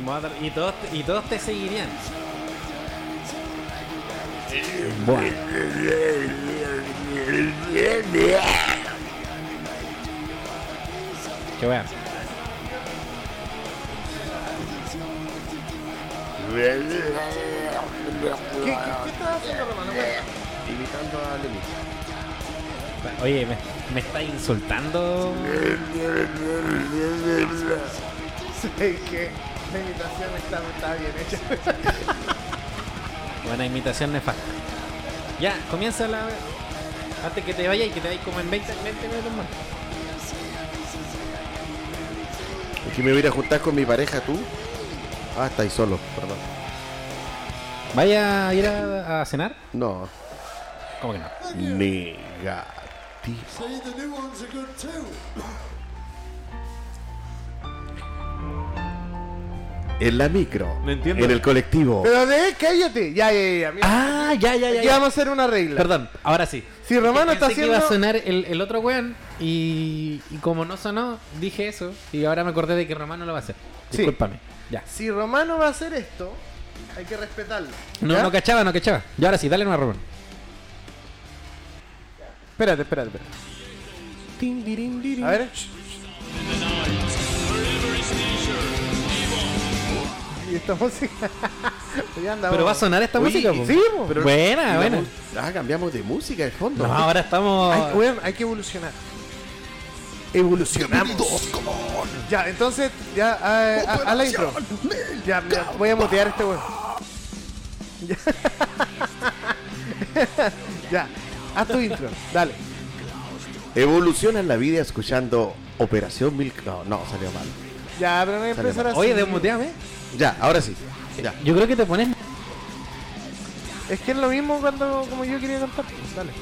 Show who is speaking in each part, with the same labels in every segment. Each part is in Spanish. Speaker 1: Me voy a tra- Y todos, y todos te seguirían.
Speaker 2: Bueno.
Speaker 1: Qué weá.
Speaker 2: ¿Qué, qué, qué estás haciendo, Romano? Imitando a Lemis.
Speaker 1: Oye, me, me está insultando.
Speaker 2: ¿Sabes qué? La imitación está, está bien hecha.
Speaker 1: Buena imitación nefasta. Ya, comienza la. Antes que te vayas y que te vayas como en 20, 20 minutos más.
Speaker 2: Es que me voy a ir a juntar con mi pareja, tú. Ah, estáis solo, perdón.
Speaker 1: ¿Vaya a ir a, a cenar?
Speaker 2: No.
Speaker 1: ¿Cómo que no?
Speaker 2: Negativo.
Speaker 3: See, the new ones are good too.
Speaker 2: En la micro.
Speaker 1: No entiendo.
Speaker 2: En el colectivo.
Speaker 4: Pero de, cállate. Ya, ya, ya. Mira,
Speaker 1: Ah, ya, ya, ya.
Speaker 4: aquí vamos a hacer una regla.
Speaker 1: Perdón, ahora sí.
Speaker 4: Si Romano
Speaker 1: Pensé
Speaker 4: está
Speaker 1: que iba a
Speaker 4: haciendo.
Speaker 1: sonar el, el otro weón y, y como no sonó, dije eso y ahora me acordé de que Romano lo va a hacer.
Speaker 4: Sí.
Speaker 1: Discúlpame. Ya.
Speaker 4: Si Romano va a hacer esto, hay que respetarlo.
Speaker 1: No,
Speaker 4: ¿ya?
Speaker 1: no cachaba, no cachaba. Y ahora sí, dale una Romano.
Speaker 4: Espérate, espérate, espérate. A ver. Y esta música. Ya andamos.
Speaker 1: Pero va a sonar esta
Speaker 2: Oye,
Speaker 1: música,
Speaker 2: y-
Speaker 1: po.
Speaker 4: Sí, po.
Speaker 2: Pero-
Speaker 1: Buena,
Speaker 2: y
Speaker 1: buena.
Speaker 2: la mu- Ah, cambiamos de música de fondo.
Speaker 1: No, ahora
Speaker 4: Hay,
Speaker 1: estamos.
Speaker 4: weón, hay que evolucionar. Evolucionamos. Ya, entonces, ya, eh, a, a la intro. Ya, mira, voy a mutear este weón. Ya. ya, haz tu intro, dale.
Speaker 2: Evoluciona en la vida escuchando Operación Mil... No, no, salió mal.
Speaker 4: Ya, pero no voy a
Speaker 2: Sale
Speaker 4: empezar
Speaker 2: mal.
Speaker 4: así.
Speaker 1: Oye, desmuteame.
Speaker 2: Ya, ahora sí. Ya.
Speaker 1: Yo creo que te pones.
Speaker 4: Es que es lo mismo cuando como yo quería cantar. pues, Dale.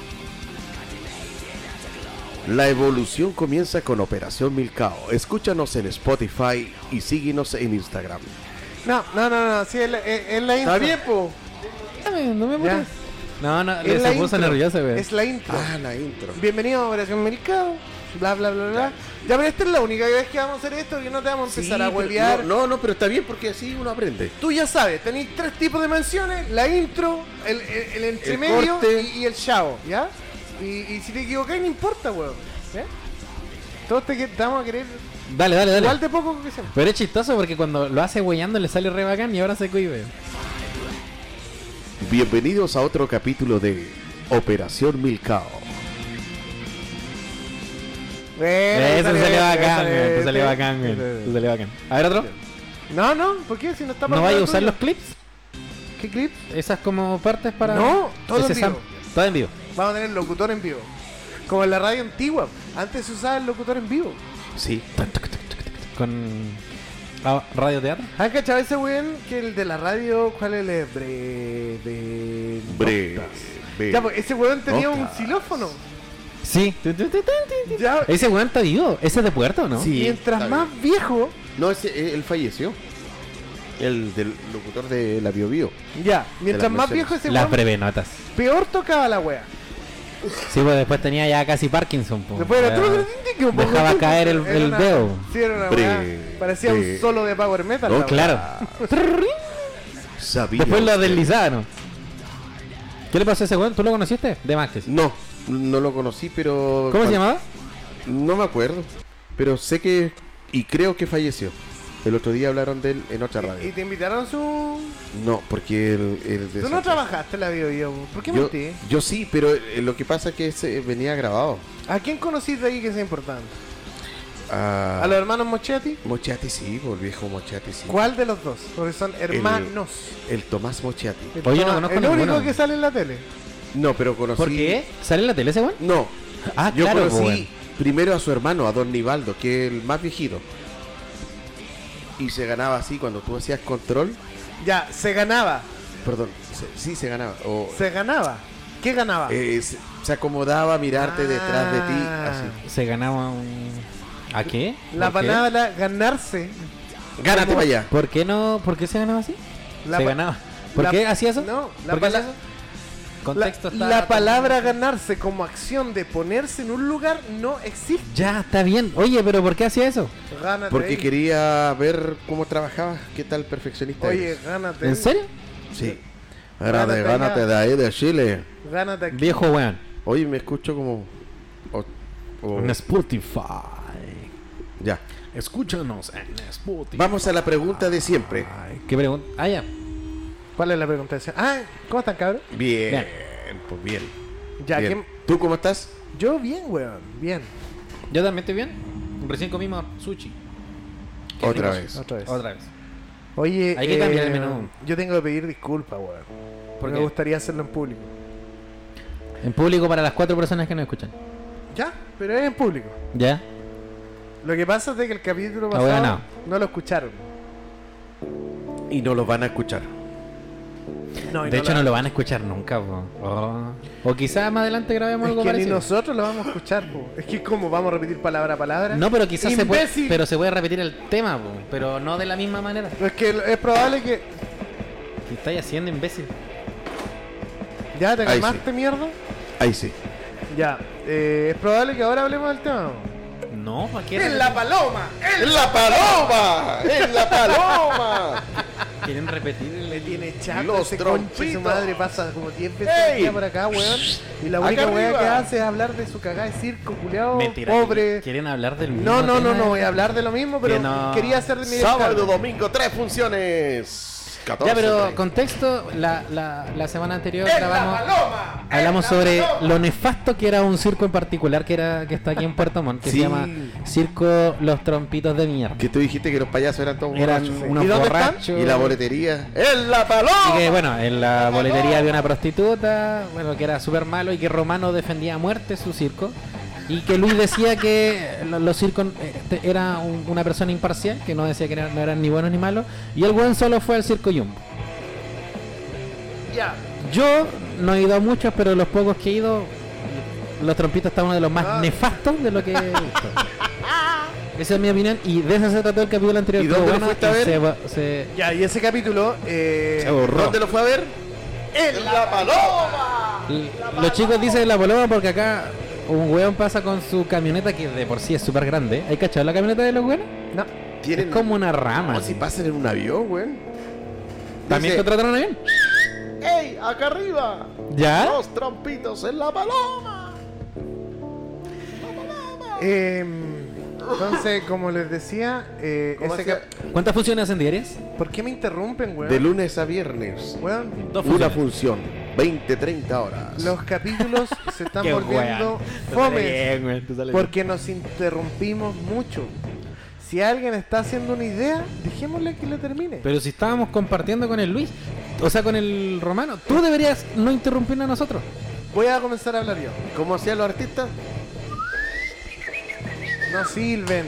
Speaker 2: La evolución comienza con Operación Milcao. Escúchanos en Spotify y síguenos en Instagram.
Speaker 4: No, no, no, no, sí, es la, es- es la intro.
Speaker 2: Está bien, po.
Speaker 1: No me
Speaker 4: mutees.
Speaker 1: No, no,
Speaker 4: Es la
Speaker 1: se puso
Speaker 4: intro.
Speaker 1: nerviosa, weón.
Speaker 4: Es la intro.
Speaker 2: Ah, la intro.
Speaker 4: Bienvenido a Operación Mercado. Bla, bla, bla, bla. Ya, pero esta es la única vez que vamos a hacer esto, que no te vamos a empezar a
Speaker 2: Sí, pero-
Speaker 4: huevear.
Speaker 2: No, no, no, pero está bien porque así uno aprende.
Speaker 4: Tú ya sabes, tenéis tres tipos de menciones, la intro, el, el- el
Speaker 2: El
Speaker 4: entremedio
Speaker 2: corte.
Speaker 4: y, y el chavo, ¿ya? Y, y si te equivocáis, no importa, weón. ¿ya? Todos te, que- te vamos a querer
Speaker 1: Dale, dale, dale.
Speaker 4: igual de poco que siempre.
Speaker 1: Pero es chistoso porque cuando lo hace weyando le sale re bacán y ahora se cuide.
Speaker 2: Bienvenidos a otro capítulo de Operación Milcao.
Speaker 4: Bueno,
Speaker 1: Eso
Speaker 4: Eh, sale
Speaker 1: le salió
Speaker 4: bien,
Speaker 1: bacán,
Speaker 4: sale
Speaker 1: weón. Te
Speaker 4: bien.
Speaker 1: salió bacán, weón. Te salió bacán. A ver, otro.
Speaker 4: No, no, ¿por qué? Si no está
Speaker 1: ¿No
Speaker 4: para
Speaker 1: vaya a
Speaker 4: nada
Speaker 1: usar
Speaker 4: tuyo.
Speaker 1: los clips?
Speaker 4: ¿Qué clip?
Speaker 1: Esas como partes para.
Speaker 4: No, todo
Speaker 1: Ese
Speaker 4: en vivo.
Speaker 1: sam- Todo en vivo.
Speaker 4: Vamos a tener locutor en vivo. Como en la radio antigua. Antes se usaba el locutor en vivo.
Speaker 2: Sí.
Speaker 1: Con. ah, ¿Radio teatro?
Speaker 4: ¿Has cachado ese weón que el de la radio, cuál es el de bre, de-
Speaker 2: Bre-
Speaker 4: notas?
Speaker 2: bre-
Speaker 4: Ya, pues ese weón tenía
Speaker 2: notas.
Speaker 4: un xilófono.
Speaker 1: Sí. Tu, tu, tu, tu, tu, tu.
Speaker 4: Ya,
Speaker 1: Ese weón está vivo. Ese es de puerto, ¿no?
Speaker 2: Sí,
Speaker 4: mientras
Speaker 2: está
Speaker 4: más viejo,
Speaker 2: No, ese, eh, él falleció. El del locutor de la Bio Bio.
Speaker 4: ya, mientras
Speaker 2: las
Speaker 4: más
Speaker 2: versiones.
Speaker 4: viejo ese
Speaker 1: Las
Speaker 4: weón,
Speaker 1: brevenotas.
Speaker 4: peor tocaba la wea.
Speaker 1: Sí, pues después tenía ya casi Parkinson. po.
Speaker 4: Después era
Speaker 1: Oh, Ya.
Speaker 4: todo que un poco-
Speaker 1: Dejaba caer el-
Speaker 4: era
Speaker 1: el
Speaker 4: una-
Speaker 1: dedo.
Speaker 4: Sí, era una
Speaker 2: Bre-
Speaker 4: weá. Parecía
Speaker 2: bre-
Speaker 4: un solo de power metal.
Speaker 2: No,
Speaker 4: la wea.
Speaker 1: Oh, Claro.
Speaker 2: Sabía
Speaker 1: Después lo
Speaker 2: usted.
Speaker 1: deslizaba, ¿no? ¿Qué le pasó a ese weón? ¿Tú lo conociste? De más que sí.
Speaker 2: No, no lo conocí, pero.
Speaker 1: ¿Cómo se llamaba?
Speaker 2: No me acuerdo. Pero sé que. Y creo que falleció. El otro día hablaron de él en otra radio.
Speaker 4: Y te invitaron su.
Speaker 2: No, porque el. el de
Speaker 4: eh, Tú no
Speaker 2: Santa-
Speaker 4: trabajaste en la bio yo. ¿Por qué
Speaker 2: yo,
Speaker 4: mentí?
Speaker 2: yo sí, pero eh, lo que pasa es que ese venía grabado.
Speaker 4: ¿A quién conociste ahí que sea importante?
Speaker 2: Ah,
Speaker 4: ¿A los hermanos Mochetti?
Speaker 2: Mochati sí, por el viejo Mochati sí.
Speaker 4: ¿Cuál de los dos? Porque son hermanos.
Speaker 2: El Tomás Mochati.
Speaker 4: El,
Speaker 1: Oye, yo no
Speaker 4: Tomás-
Speaker 1: conozco
Speaker 4: el único
Speaker 1: ninguno.
Speaker 4: que sale en la tele.
Speaker 2: No, pero conocí.
Speaker 1: ¿Por qué? ¿Sale en la tele ese weón?
Speaker 2: No.
Speaker 1: Ah,
Speaker 2: Yo
Speaker 1: claro,
Speaker 2: conocí
Speaker 1: weón.
Speaker 2: primero a su hermano, a Don Nivaldo, que es el más viejito. Y se ganaba así cuando tú hacías control.
Speaker 4: Ya, se ganaba.
Speaker 2: Perdón, se- sí se ganaba. O,
Speaker 4: Se ganaba. ¿Qué ganaba?
Speaker 2: eh, se, se acomodaba a mirarte detrás de ti.
Speaker 4: Ah.
Speaker 2: Así.
Speaker 1: Se ganaba un. ¿A qué?
Speaker 4: la
Speaker 1: ¿Por qué?
Speaker 4: palabra ganarse.
Speaker 2: Gánate para allá.
Speaker 1: ¿Por qué no? ¿Por qué se ganaba así?
Speaker 4: La
Speaker 1: se
Speaker 4: pa-
Speaker 1: ganaba. ¿Por
Speaker 4: la-
Speaker 1: qué hacía eso?
Speaker 4: No, la
Speaker 1: ¿Por qué hacía
Speaker 4: pala-
Speaker 1: eso? Contexto
Speaker 4: la,
Speaker 1: está-
Speaker 4: la palabra ganarse como acción de ponerse en un lugar no existe.
Speaker 1: Ya, está bien. Oye, pero ¿por qué hacía eso?
Speaker 4: Gánate.
Speaker 2: Porque
Speaker 4: ahí.
Speaker 2: quería ver cómo trabajabas, qué tal perfeccionista
Speaker 4: Oye,
Speaker 2: eres.
Speaker 4: gánate.
Speaker 1: ¿En serio?
Speaker 2: Sí. Gánate,
Speaker 4: Gánate
Speaker 2: gánate
Speaker 4: allá.
Speaker 2: de ahí, de Chile.
Speaker 4: Gánate aquí.
Speaker 1: Viejo weón.
Speaker 2: Oye, me escucho como... o- o-
Speaker 1: En Spotify.
Speaker 2: ya.
Speaker 1: Escúchanos en Spotify.
Speaker 2: Vamos a la pregunta de siempre.
Speaker 1: Ay, ¿Qué pregunta? Ah, ya.
Speaker 4: ¿Cuál es la pregunta? Ah, ¿cómo están, cabrón?
Speaker 2: Bien,
Speaker 1: Bien.
Speaker 2: pues bien.
Speaker 4: Ya
Speaker 2: bien.
Speaker 4: que.
Speaker 2: ¿Tú cómo estás?
Speaker 4: Yo bien, weón. Bien.
Speaker 1: Yo también estoy bien. Recién comimos sushi. Qué
Speaker 2: Otra
Speaker 1: rico.
Speaker 2: vez.
Speaker 4: Otra vez.
Speaker 1: Otra vez.
Speaker 4: Oye, eh,
Speaker 1: Hay que cambiar el menú.
Speaker 4: Yo tengo que pedir disculpas, weón.
Speaker 1: ¿Por
Speaker 4: Porque me
Speaker 1: qué?
Speaker 4: gustaría hacerlo en público.
Speaker 1: En público para las cuatro personas que nos escuchan.
Speaker 4: Ya, pero es en público.
Speaker 1: ¿Ya?
Speaker 4: Lo que pasa es de que el capítulo
Speaker 1: Ah,
Speaker 4: pasado
Speaker 1: bueno.
Speaker 4: no lo escucharon.
Speaker 2: Y no los van a escuchar.
Speaker 4: No, y
Speaker 1: De hecho,
Speaker 4: la-
Speaker 1: no lo van a escuchar nunca, po. Oh. O quizás más adelante grabemos algo
Speaker 4: Es que ni
Speaker 1: parecido.
Speaker 4: nosotros lo vamos a escuchar, po. Es que como vamos a repetir palabra a palabra.
Speaker 1: No, pero quizás se puede,
Speaker 4: ¡Imbécil!
Speaker 1: pero se puede repetir el tema, po, pero no de la misma manera.
Speaker 4: Es que es probable que.
Speaker 1: ¿Qué estáis haciendo, imbécil?
Speaker 4: ¿Ya te
Speaker 2: Ahí sí.
Speaker 4: calmaste, mierda?
Speaker 2: Ahí sí.
Speaker 4: Ya. eh, es probable que ahora hablemos del tema.
Speaker 1: No, ¿para qué?
Speaker 4: ¡Es la paloma!
Speaker 2: ¡Es la paloma! ¡Es la paloma!
Speaker 1: Quieren repetir el...
Speaker 4: Me tiene chato
Speaker 2: Los
Speaker 4: ese conche de su
Speaker 2: trompitos.
Speaker 4: madre pasa como 10 veces
Speaker 2: ¡Ey!
Speaker 4: al día por acá, weón. Y la
Speaker 2: Acá
Speaker 4: única weá que
Speaker 2: arriba.
Speaker 4: hace es hablar de su cagada de circo, culiao,
Speaker 1: Mentira,
Speaker 4: pobre.
Speaker 1: ¿Quieren hablar del mismo
Speaker 4: No, no, no,
Speaker 1: tema?
Speaker 4: no, voy a hablar de lo mismo, pero
Speaker 1: Que no.
Speaker 4: quería hacer de mi
Speaker 2: Sábado,
Speaker 4: descargo.
Speaker 2: domingo, tres funciones. 14,
Speaker 1: Ya, pero
Speaker 2: 30.
Speaker 1: contexto, la, la, la semana anterior grabamos... Hablamos sobre lo nefasto que era un circo en particular que era que está aquí en Puerto Montt, que
Speaker 2: Sí.
Speaker 1: se llama Circo Los Trompitos de Mierda.
Speaker 2: Que tú dijiste que los payasos eran todos
Speaker 1: Eran
Speaker 2: borrachos.
Speaker 1: unos
Speaker 4: ¿Y dónde están?
Speaker 1: borrachos.
Speaker 2: Y la boletería. ¡Es la paloma!
Speaker 1: Y que, bueno, en la boletería había una prostituta, bueno, que era súper malo y que Romano defendía a muerte su circo. Y que Luis decía que lo- los circos eh, te- era un- una persona imparcial, que no decía que eran- no eran ni buenos ni malos. Y el buen solo fue al circo Jumbo.
Speaker 4: Ya.
Speaker 1: Yo no he ido a muchos, pero los pocos que he ido, los trompitos está uno de los más
Speaker 4: Ah.
Speaker 1: nefastos de lo que he visto. Esa es mi opinión y de eso se trató el capítulo anterior.
Speaker 2: ¿Y
Speaker 1: Estuvo
Speaker 2: dónde lo fuiste a
Speaker 1: y
Speaker 2: ver?
Speaker 1: se va- se-
Speaker 4: Ya, y ese capítulo, eh,
Speaker 1: Se borró.
Speaker 2: ¿Dónde lo fue a ver? ¡Es la paloma!
Speaker 1: L- Los chicos dicen la paloma porque acá un weón pasa con su camioneta que de por sí es súper grande. ¿Hay cachado la camioneta de los weones?
Speaker 4: no,
Speaker 1: Es
Speaker 2: Tienen
Speaker 1: como una rama.
Speaker 2: como si pasan en un avión, güey.
Speaker 1: ¿También
Speaker 2: Dice,
Speaker 1: contrataron bien?
Speaker 2: ¡Ey, acá arriba!
Speaker 1: ¿Ya?
Speaker 2: ¡Los trompitos en la paloma!
Speaker 4: eh, entonces, como les decía, eh,
Speaker 2: ¿Cómo
Speaker 4: ese
Speaker 2: hacía?
Speaker 4: cap-
Speaker 1: ¿Cuántas funciones hacen diarias?
Speaker 4: ¿por qué me interrumpen, weón?
Speaker 2: De lunes a viernes.
Speaker 4: Weón,
Speaker 1: Dos
Speaker 2: Una
Speaker 1: funciones.
Speaker 2: función. 20, 30 horas.
Speaker 4: los capítulos se están
Speaker 1: Qué
Speaker 4: volviendo
Speaker 1: weón. Te sale
Speaker 4: fomes.
Speaker 1: bien, weón, te sale bien.
Speaker 4: Porque nos interrumpimos mucho. Si alguien está haciendo una idea, dejémosle que le termine.
Speaker 1: Pero si estábamos compartiendo con el Luis, o sea, con el Romano, tú deberías no interrumpirnos a nosotros.
Speaker 4: Voy a comenzar a hablar yo.
Speaker 2: ¿Cómo hacían los artistas?
Speaker 4: No silben.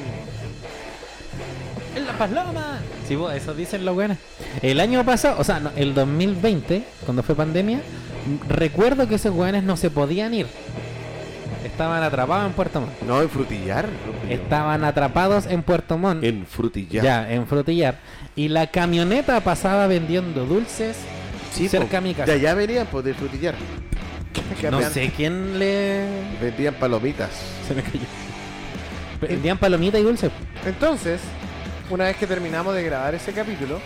Speaker 1: ¡En la paloma! Sí, vos, eso dicen los buenos. El año pasado, o sea, no, el 2020, cuando fue pandemia, m- recuerdo que esos weones no se podían ir. Estaban atrapados en Puerto Montt.
Speaker 2: No, en frutillar.
Speaker 1: Estaban atrapados en Puerto Montt.
Speaker 2: En frutillar.
Speaker 1: Ya, en Frutillar. Y la camioneta pasaba vendiendo dulces
Speaker 2: Sí,
Speaker 1: cerca
Speaker 2: po.
Speaker 1: a mi
Speaker 2: De
Speaker 1: casa.
Speaker 2: allá venían, pues, de frutillar.
Speaker 1: No
Speaker 4: Capean.
Speaker 1: sé quién le.
Speaker 2: Vendían palomitas.
Speaker 1: Se me cayó. Vendían palomita y dulce.
Speaker 4: Entonces, una vez que terminamos de grabar ese capítulo,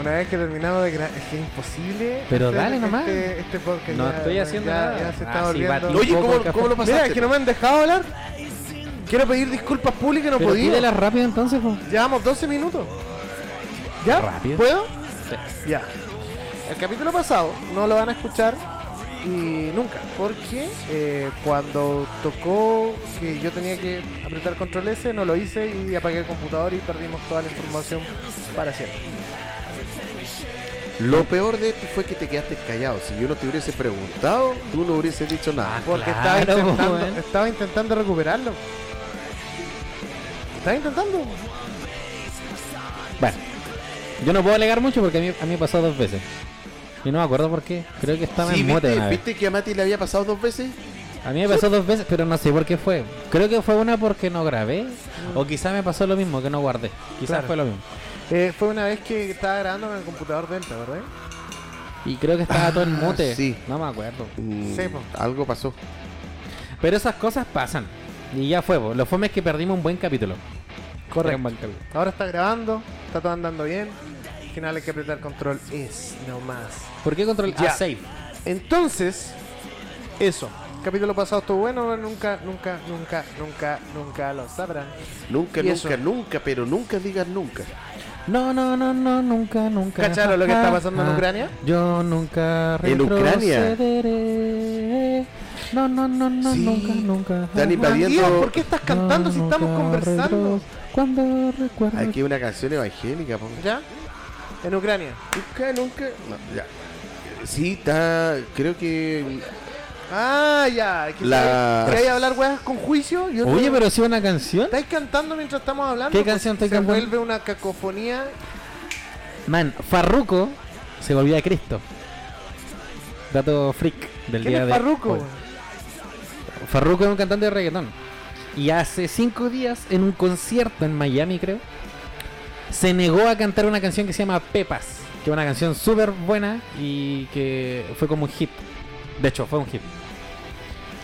Speaker 4: una vez que terminamos de grabar, es que es imposible.
Speaker 1: Pero
Speaker 4: hacer
Speaker 1: dale
Speaker 4: este,
Speaker 1: nomás.
Speaker 4: Este podcast
Speaker 1: No
Speaker 4: ya,
Speaker 1: estoy
Speaker 4: ya-
Speaker 1: haciendo
Speaker 4: ya-
Speaker 1: nada.
Speaker 4: ya se
Speaker 1: Ah,
Speaker 4: está
Speaker 1: sí,
Speaker 4: volviendo.
Speaker 1: batí.
Speaker 2: Oye,
Speaker 1: poco
Speaker 2: ¿cómo,
Speaker 1: el café.
Speaker 2: ¿cómo lo pasaste?
Speaker 4: Mira, es que no me han dejado hablar. Quiero pedir disculpas públicas, no
Speaker 1: Pero
Speaker 4: podía.
Speaker 1: pídelas rápido entonces, po.
Speaker 4: Llevamos 12 minutos. ¿Ya?
Speaker 1: Rápido.
Speaker 4: ¿Puedo?
Speaker 1: Sí.
Speaker 4: Ya. El capítulo pasado no lo van a escuchar y nunca, porque eh, cuando tocó que yo tenía que apretar control S, no lo hice y apagué el computador y perdimos toda la información para siempre.
Speaker 2: Lo peor de esto fue que te quedaste callado. Si yo no te hubiese preguntado, tú no hubieses dicho
Speaker 1: Ah,
Speaker 2: nada.
Speaker 4: Porque
Speaker 1: Claro,
Speaker 4: estaba, intentando,
Speaker 1: weón.
Speaker 4: estaba intentando recuperarlo. Estaba intentando.
Speaker 1: Bueno, yo no puedo alegar mucho porque a mí, a mí me pasó dos veces. Y no me acuerdo por qué. Creo que estaba
Speaker 2: Sí,
Speaker 1: en mote
Speaker 2: ¿viste,
Speaker 1: una vez.
Speaker 2: ¿Viste que a Mati le había pasado dos veces?
Speaker 1: A mí me pasó dos veces, pero no sé por qué fue. Creo que fue una porque no grabé. O quizá me pasó lo mismo, que no guardé. Quizás
Speaker 4: Claro.
Speaker 1: fue lo mismo.
Speaker 4: Eh, fue una vez que estaba grabando con el computador de él, ¿te acordás?
Speaker 1: Y creo que estaba todo en
Speaker 4: Ah,
Speaker 1: mute.
Speaker 2: sí.
Speaker 1: No me acuerdo.
Speaker 2: Mm,
Speaker 4: Sí, po.
Speaker 2: algo pasó.
Speaker 1: Pero esas cosas pasan. Y ya fue, po. lo fome es que perdimos un buen capítulo. Era un buen capítulo.
Speaker 4: Ahora está grabando, está todo andando bien. Al final hay que apretar control S nomás.
Speaker 1: ¿Por qué control Ah, A
Speaker 4: Ya.
Speaker 1: save?
Speaker 4: Entonces, eso. Capítulo pasado estuvo bueno, nunca, nunca, nunca, nunca, nunca lo sabrán.
Speaker 2: Nunca,
Speaker 4: ¿Y
Speaker 2: nunca,
Speaker 4: eso?
Speaker 2: nunca, pero nunca digas nunca.
Speaker 1: No, no, no, no, nunca, nunca.
Speaker 4: ¿Cacharon lo que está pasando en
Speaker 1: Ah,
Speaker 4: Ucrania?
Speaker 1: Yo nunca
Speaker 2: ¿En Ucrania?
Speaker 1: retrocederé. No, no, no, no,
Speaker 2: Sí,
Speaker 1: nunca, nunca.
Speaker 2: están
Speaker 1: jamás.
Speaker 2: invadiendo-
Speaker 4: Dios, ¿por qué estás cantando
Speaker 1: No,
Speaker 4: si estamos
Speaker 1: nunca
Speaker 4: conversando?
Speaker 1: retro- Cuando recuerdo.
Speaker 2: Aquí hay una canción evangélica. po.
Speaker 4: ¿Ya? En Ucrania.
Speaker 2: Nunca, nunca. No, ya. Sí, está. Creo que.
Speaker 4: Ah, ya. Que
Speaker 2: La-
Speaker 4: hay a hablar weas con juicio. y otro-
Speaker 1: Oye, pero si una canción.
Speaker 4: ¿Estáis cantando mientras estamos hablando?
Speaker 1: ¿Qué canción
Speaker 4: Pues
Speaker 1: estoy cantando?
Speaker 4: Se vuelve una cacofonía.
Speaker 1: Man, Farruko se volvió a Cristo. Dato freak del
Speaker 4: ¿Quién
Speaker 1: día
Speaker 4: es
Speaker 1: de
Speaker 4: Farruko?
Speaker 1: hoy. Farruko es un cantante de reggaetón. Y hace cinco días, en un concierto en Miami, creo, se negó a cantar una canción que se llama Pepas, que es una canción súper buena y que fue como un hit. De hecho, fue un hit.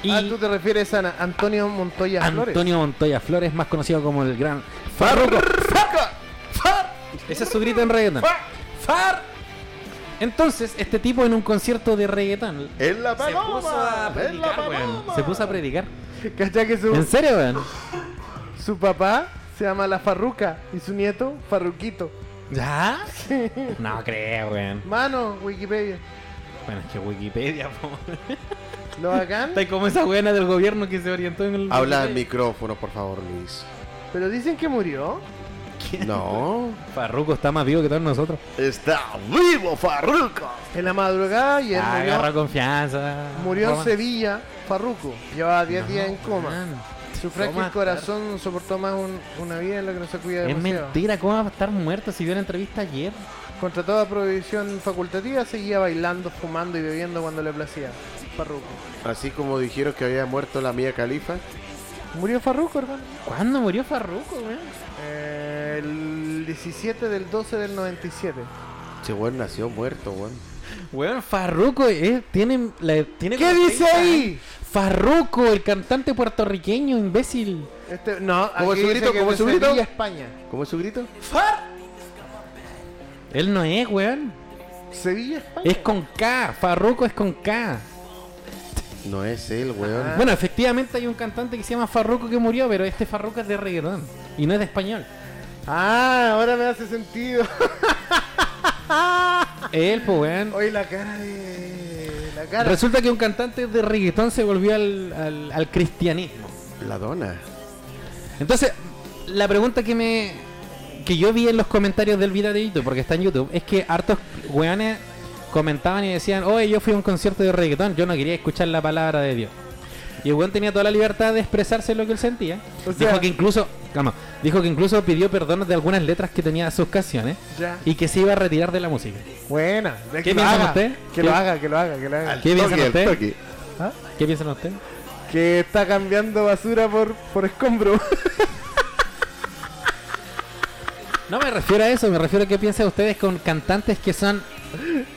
Speaker 1: Y
Speaker 4: Ah, tú te refieres a Na- Antonio Montoya Flores.
Speaker 1: Antonio Montoya Flores, más conocido como el gran Farruko. ¡Far! Ese es su grito en reggaetón. ¡Far! Entonces, este tipo en un concierto de reggaetón
Speaker 2: ¡Es la
Speaker 1: se puso a
Speaker 2: paloma! ¡Es la
Speaker 1: predicar, weón.
Speaker 2: paloma!
Speaker 1: Se puso a predicar.
Speaker 4: ¿Cachai que
Speaker 1: ¿En
Speaker 4: su,
Speaker 1: serio, weón?
Speaker 4: su papá se llama La Farruca y su nieto Farruquito?
Speaker 1: ¿Ya? No creo, weón.
Speaker 4: Mano, Wikipedia.
Speaker 1: Bueno, es que Wikipedia, po.
Speaker 4: Lo bacán.
Speaker 1: Está como esa buena del gobierno que se orientó en el.
Speaker 2: Habla al micrófono, por favor, Luis.
Speaker 4: Pero dicen que murió.
Speaker 2: No.
Speaker 1: Farruko está más vivo que todos nosotros.
Speaker 2: ¡Está vivo, Farruko!
Speaker 4: En la madrugada y él
Speaker 1: Ah,
Speaker 4: murió,
Speaker 1: agarra confianza.
Speaker 4: murió en
Speaker 1: Roma.
Speaker 4: Sevilla, Farruco. Llevaba 10
Speaker 1: No,
Speaker 4: días en coma.
Speaker 1: man.
Speaker 4: Su frágil
Speaker 1: Coma,
Speaker 4: corazón no soportó más un- una vida en la que no se cuida
Speaker 1: Es
Speaker 4: demasiado.
Speaker 1: mentira, ¿cómo va a estar muerto si vio la entrevista ayer?
Speaker 4: Contra toda prohibición facultativa, seguía bailando, fumando y bebiendo cuando le placía. Farruco.
Speaker 2: Así como dijeron que había muerto la mía califa.
Speaker 4: Murió Farruco, hermano.
Speaker 1: ¿Cuándo murió Farruko, weón?
Speaker 4: Eh, el 17 del 12 del 97.
Speaker 2: Che, weón, nació muerto, weón.
Speaker 1: Weón, Farruko eh, tiene, la- tiene
Speaker 4: ¿Qué
Speaker 1: como
Speaker 4: dice
Speaker 1: 30 años.
Speaker 4: ahí?
Speaker 1: Farruko, el cantante puertorriqueño, imbécil.
Speaker 4: Este, no,
Speaker 2: ¿Cómo
Speaker 4: aquí
Speaker 2: su
Speaker 4: dice
Speaker 2: grito?
Speaker 4: que
Speaker 2: ¿Cómo
Speaker 4: de
Speaker 2: su grito?
Speaker 4: Sevilla, España.
Speaker 2: ¿Cómo es su grito?
Speaker 1: Él no es, weón.
Speaker 4: Sevilla, España.
Speaker 1: Es con K. Farruko es con K.
Speaker 2: No es él, weón.
Speaker 1: Bueno, efectivamente hay un cantante que se llama Farruko que murió, pero este Farruko es de reggaetón. Y no es de español.
Speaker 4: Ah, ahora me hace sentido.
Speaker 1: Él, pues, weón.
Speaker 4: Oye, la cara de. La cara.
Speaker 1: Resulta que un cantante de reggaetón se volvió al- al- al cristianismo.
Speaker 2: La dona.
Speaker 1: Entonces, la pregunta que me que yo vi en los comentarios del video de YouTube, porque está en YouTube, es que hartos weones comentaban y decían, oye, yo fui a un concierto de reggaetón, yo no quería escuchar la palabra de Dios. Y el weón tenía toda la libertad de expresarse lo que él sentía.
Speaker 4: O sea-
Speaker 1: dijo que incluso, calma, dijo que incluso pidió perdón de algunas letras que tenía sus canciones
Speaker 4: Ya.
Speaker 1: y que se iba a retirar de la música.
Speaker 4: Buena. De
Speaker 1: ¿Qué
Speaker 4: que lo
Speaker 1: piensan
Speaker 4: haga,
Speaker 1: usted?
Speaker 4: Que
Speaker 1: ¿Qué-
Speaker 4: lo haga, que lo haga, que lo haga.
Speaker 1: ¿Qué piensan
Speaker 2: Toque,
Speaker 1: ustedes?
Speaker 2: toque.
Speaker 4: ¿Ah?
Speaker 1: ¿Qué piensan ustedes?
Speaker 4: Que está cambiando basura por, por escombro.
Speaker 1: No me refiero a eso, me refiero a qué piensan ustedes con cantantes que son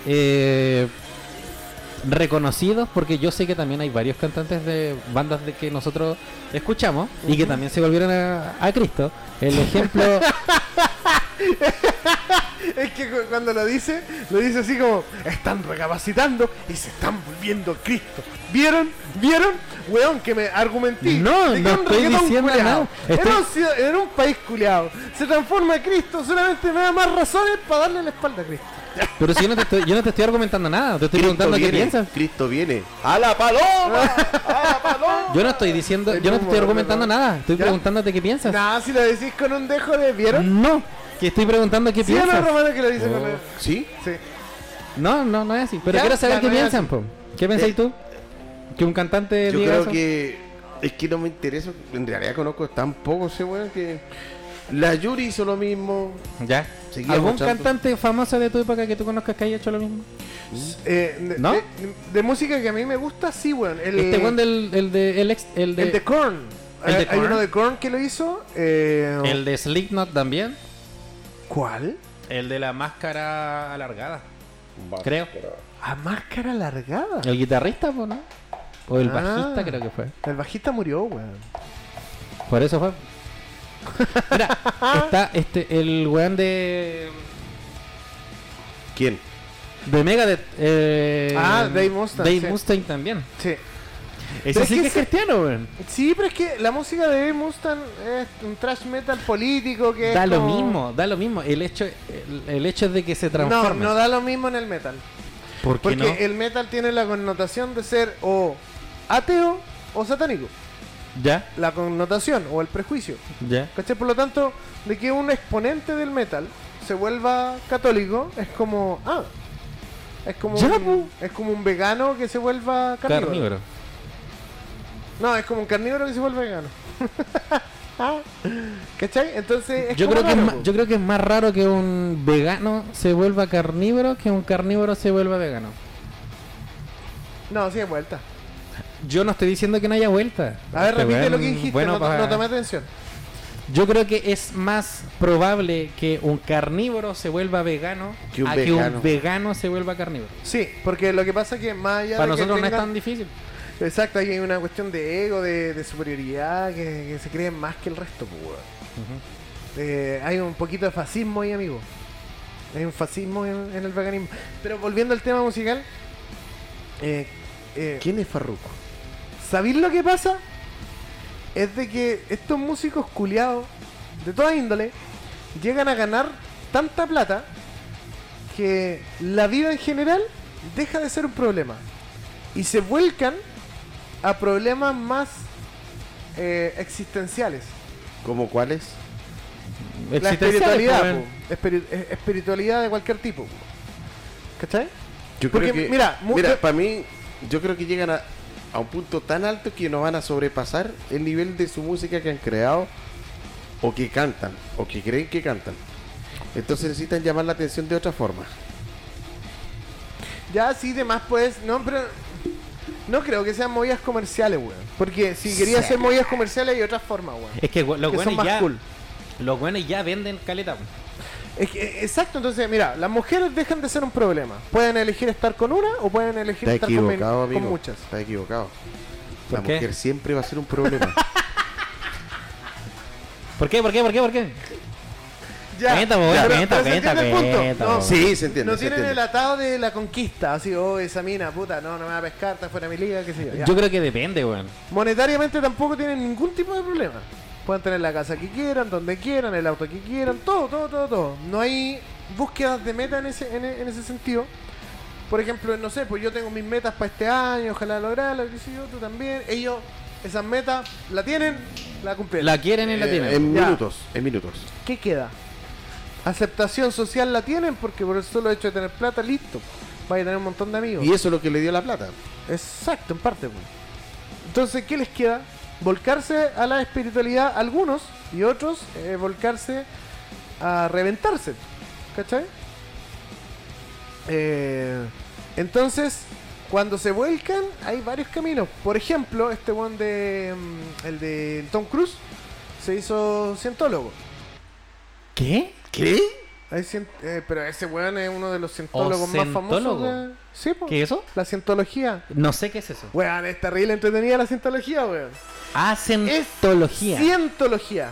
Speaker 1: eh, reconocidos, porque yo sé que también hay varios cantantes de bandas de que nosotros escuchamos y que también se volvieron a, a Cristo. El ejemplo,
Speaker 4: es que cu- cuando lo dice, lo dice así como: están recapacitando y se están volviendo Cristo. ¿Vieron? ¿Vieron? Weón, que me argumentí.
Speaker 1: No,
Speaker 4: de que
Speaker 1: no
Speaker 4: era un
Speaker 1: estoy
Speaker 4: reggaetón
Speaker 1: diciendo
Speaker 4: culiao.
Speaker 1: nada. Estoy-
Speaker 4: Era, un, ciudad- era un país culiado. Se transforma a Cristo. Solamente me da más razones para darle la espalda a Cristo.
Speaker 1: pero si yo no te estoy, yo no te estoy argumentando nada, te estoy preguntando qué Ah,
Speaker 2: viene.
Speaker 1: piensas.
Speaker 2: Cristo viene. ¡A la paloma! ¡A la paloma!
Speaker 1: Yo no estoy diciendo,
Speaker 4: El
Speaker 1: yo no te
Speaker 4: humo,
Speaker 1: estoy
Speaker 4: no,
Speaker 1: argumentando
Speaker 4: no.
Speaker 1: nada, estoy
Speaker 4: ¿Ya?
Speaker 1: preguntándote qué piensas.
Speaker 4: Nada, si lo decís con un dejo de. ¿Vieron?
Speaker 1: No, que estoy preguntando qué
Speaker 4: Sí, o no,
Speaker 1: piensas.
Speaker 4: Romano, que lo dice con
Speaker 1: Mm, Oh.
Speaker 4: el.
Speaker 2: ¿Sí?
Speaker 4: Sí.
Speaker 1: No, no, no es así. Pero
Speaker 4: Ya,
Speaker 1: quiero
Speaker 4: ya,
Speaker 1: saber qué
Speaker 4: no es
Speaker 1: piensan, po. ¿Qué pensáis
Speaker 2: Eh,
Speaker 1: tú? Que un cantante
Speaker 2: Yo
Speaker 1: diga
Speaker 2: creo
Speaker 1: eso?
Speaker 2: que. Es que no me interesa. En realidad conozco tan poco ese weón que. La Yuri hizo lo mismo.
Speaker 1: Ya.
Speaker 2: Seguía
Speaker 1: ¿Algún
Speaker 2: escuchando.
Speaker 1: cantante famoso de tu época que tú conozcas que haya hecho lo mismo?
Speaker 4: Eh, de,
Speaker 1: ¿No?
Speaker 4: de, de música que a mí me gusta, sí, weón. El,
Speaker 1: Este weón del el de el ex el de
Speaker 4: el de Korn.
Speaker 1: ¿El
Speaker 4: Eh,
Speaker 1: de
Speaker 4: Hay
Speaker 1: Korn?
Speaker 4: uno de Korn que lo hizo. eh,
Speaker 1: el de Slipknot también.
Speaker 4: ¿Cuál?
Speaker 1: El de la máscara alargada.
Speaker 2: Va,
Speaker 1: Creo.
Speaker 2: pero-
Speaker 4: A máscara alargada.
Speaker 1: El guitarrista, po, ¿no? O el
Speaker 4: Ah.
Speaker 1: bajista, creo que fue.
Speaker 4: El bajista murió, weón.
Speaker 1: Por eso fue. Mira, está este, el weón de.
Speaker 2: ¿Quién?
Speaker 1: De Megadeth. eh,
Speaker 4: Ah, Dave Mustaine,
Speaker 1: Dave
Speaker 4: sí.
Speaker 1: Mustaine también.
Speaker 4: Sí.
Speaker 1: Ese
Speaker 4: es
Speaker 1: sí
Speaker 4: que
Speaker 1: que es
Speaker 4: ese-
Speaker 1: cristiano, weón.
Speaker 4: Sí, pero es que la música de Dave Mustaine es un trash metal político que es
Speaker 1: Da lo
Speaker 4: como-
Speaker 1: mismo, da lo mismo. El hecho, el, el hecho es de que se
Speaker 4: No,
Speaker 1: transforme.
Speaker 4: no da lo mismo en el metal.
Speaker 1: ¿Por qué
Speaker 4: Porque
Speaker 1: no?
Speaker 4: el metal tiene la connotación de ser o ateo o satánico.
Speaker 1: Ya,
Speaker 4: La connotación o el prejuicio.
Speaker 1: ya.
Speaker 4: ¿Cachai? Por lo tanto, de que un exponente del metal se vuelva católico es como. Ah. Es como,
Speaker 1: Ya,
Speaker 4: un, es como un vegano que se vuelva carnívoro.
Speaker 1: Carnívoro.
Speaker 4: No, es como un carnívoro que se vuelve vegano. Ah, ¿Cachai? Entonces. Es
Speaker 1: Yo
Speaker 4: como
Speaker 1: creo, que es
Speaker 4: raro,
Speaker 1: más,
Speaker 4: po.
Speaker 1: yo creo que es más raro que un vegano se vuelva carnívoro que un carnívoro se vuelva vegano.
Speaker 4: No, sí, es vuelta.
Speaker 1: Yo no estoy diciendo que no haya vuelta.
Speaker 4: A ver,
Speaker 1: Este
Speaker 4: repite
Speaker 1: weón,
Speaker 4: lo que dijiste.
Speaker 1: bueno,
Speaker 4: no, to-
Speaker 1: pa-
Speaker 4: no tomé atención.
Speaker 1: Yo creo que es más probable que un carnívoro se vuelva vegano
Speaker 2: Que un
Speaker 1: a que
Speaker 2: vegano.
Speaker 1: un vegano se vuelva carnívoro.
Speaker 4: Sí, porque lo que pasa es que más allá
Speaker 1: Para
Speaker 4: de que
Speaker 1: nosotros no es
Speaker 4: tengan-
Speaker 1: tan difícil.
Speaker 4: Exacto, ahí hay una cuestión de ego, de, de superioridad, que, que se creen más que el resto, pues, weón. Eh, hay un poquito de fascismo ahí, amigo. Hay un fascismo en, en el veganismo. Pero volviendo al tema musical, eh, eh,
Speaker 2: ¿Quién es Farruko?
Speaker 4: ¿sabéis lo que pasa? Es de que estos músicos culiados, de toda índole, llegan a ganar tanta plata que la vida en general deja de ser un problema. Y se vuelcan a problemas más eh, existenciales.
Speaker 2: ¿Cómo cuál es?
Speaker 4: La
Speaker 1: Existenciales,
Speaker 4: espiritualidad,
Speaker 1: pues, weón.
Speaker 4: po. Espiri- eh, espiritualidad de cualquier tipo. po. ¿Cachai?
Speaker 2: Yo
Speaker 4: Porque,
Speaker 2: creo que,
Speaker 4: mira, mu- yo-
Speaker 2: para mí, yo creo que llegan a, a un punto tan alto que no van a sobrepasar el nivel de su música que han creado o que cantan o que creen que cantan. Entonces necesitan llamar la atención de otra forma.
Speaker 4: Ya sí, demás pues, no, pero no creo que sean movidas comerciales, weón. Porque si quería hacer movidas comerciales hay otras formas, weón.
Speaker 1: Es que we- los
Speaker 4: Que son
Speaker 1: buenos
Speaker 4: más
Speaker 1: ya.
Speaker 4: cool.
Speaker 1: Los buenos ya venden caleta. weón.
Speaker 4: Es que, eh, exacto, entonces, mira, las mujeres dejan de ser un problema. Pueden elegir estar con una o pueden elegir
Speaker 2: Está
Speaker 4: estar con, men-
Speaker 2: equivocado,
Speaker 4: con
Speaker 2: amigo.
Speaker 4: muchas.
Speaker 2: Está equivocado.
Speaker 1: ¿Por
Speaker 2: La
Speaker 1: qué?
Speaker 2: mujer siempre va a ser un problema.
Speaker 1: ¿Por qué? ¿Por qué? ¿Por qué? ¿Por qué?
Speaker 4: Ya,
Speaker 1: Cuenta, po, weón,
Speaker 4: pero-
Speaker 1: cuenta,
Speaker 4: pero se
Speaker 1: cuenta,
Speaker 4: entiende el punto.
Speaker 1: cuenta,
Speaker 4: No,
Speaker 1: po.
Speaker 2: sí, se entiende.
Speaker 4: No
Speaker 2: se
Speaker 4: tienen
Speaker 2: entiende. Eh,
Speaker 4: el atado de la conquista, así, oh, esa mina, puta, no, no me va a pescar, está fuera de mi liga, qué sé yo. ya.
Speaker 1: Yo creo que depende, weón.
Speaker 4: Monetariamente tampoco tienen ningún tipo de problema. Pueden tener la casa que quieran, donde quieran, el auto que quieran, todo, todo, todo, todo. No hay búsquedas de meta en ese, en, e- en ese sentido. Por ejemplo, no sé, pues yo tengo mis metas para este año, ojalá lograrlo, qué sé yo, tú también. Ellos, esas metas, la tienen, la cumplen.
Speaker 1: La quieren y la
Speaker 2: Eh,
Speaker 1: tienen.
Speaker 2: en
Speaker 4: Ya.
Speaker 2: minutos, en minutos.
Speaker 4: ¿Qué queda? Aceptación social la tienen porque por el solo hecho de tener plata, listo. Vaya a tener un montón de amigos.
Speaker 2: Y eso es lo que le dio la plata.
Speaker 4: Exacto, en parte. pues. Entonces, ¿qué les queda? Volcarse a la espiritualidad algunos y otros eh, volcarse a reventarse. ¿Cachai? Eh, entonces, cuando se vuelcan, hay varios caminos. Por ejemplo, este one de. mm, El de Tom Cruise se hizo cientólogo.
Speaker 1: ¿Qué?
Speaker 2: ¿Qué?
Speaker 4: Hay cien- eh, pero ese weón es uno de los cientólogos más famosos.
Speaker 1: cientólogo.
Speaker 4: de- Sí, po.
Speaker 1: ¿Qué es eso?
Speaker 4: La cientología.
Speaker 1: No sé qué es eso.
Speaker 4: Weón, es terrible entretenida la cientología, weón.
Speaker 1: Acentología.
Speaker 4: Cientología.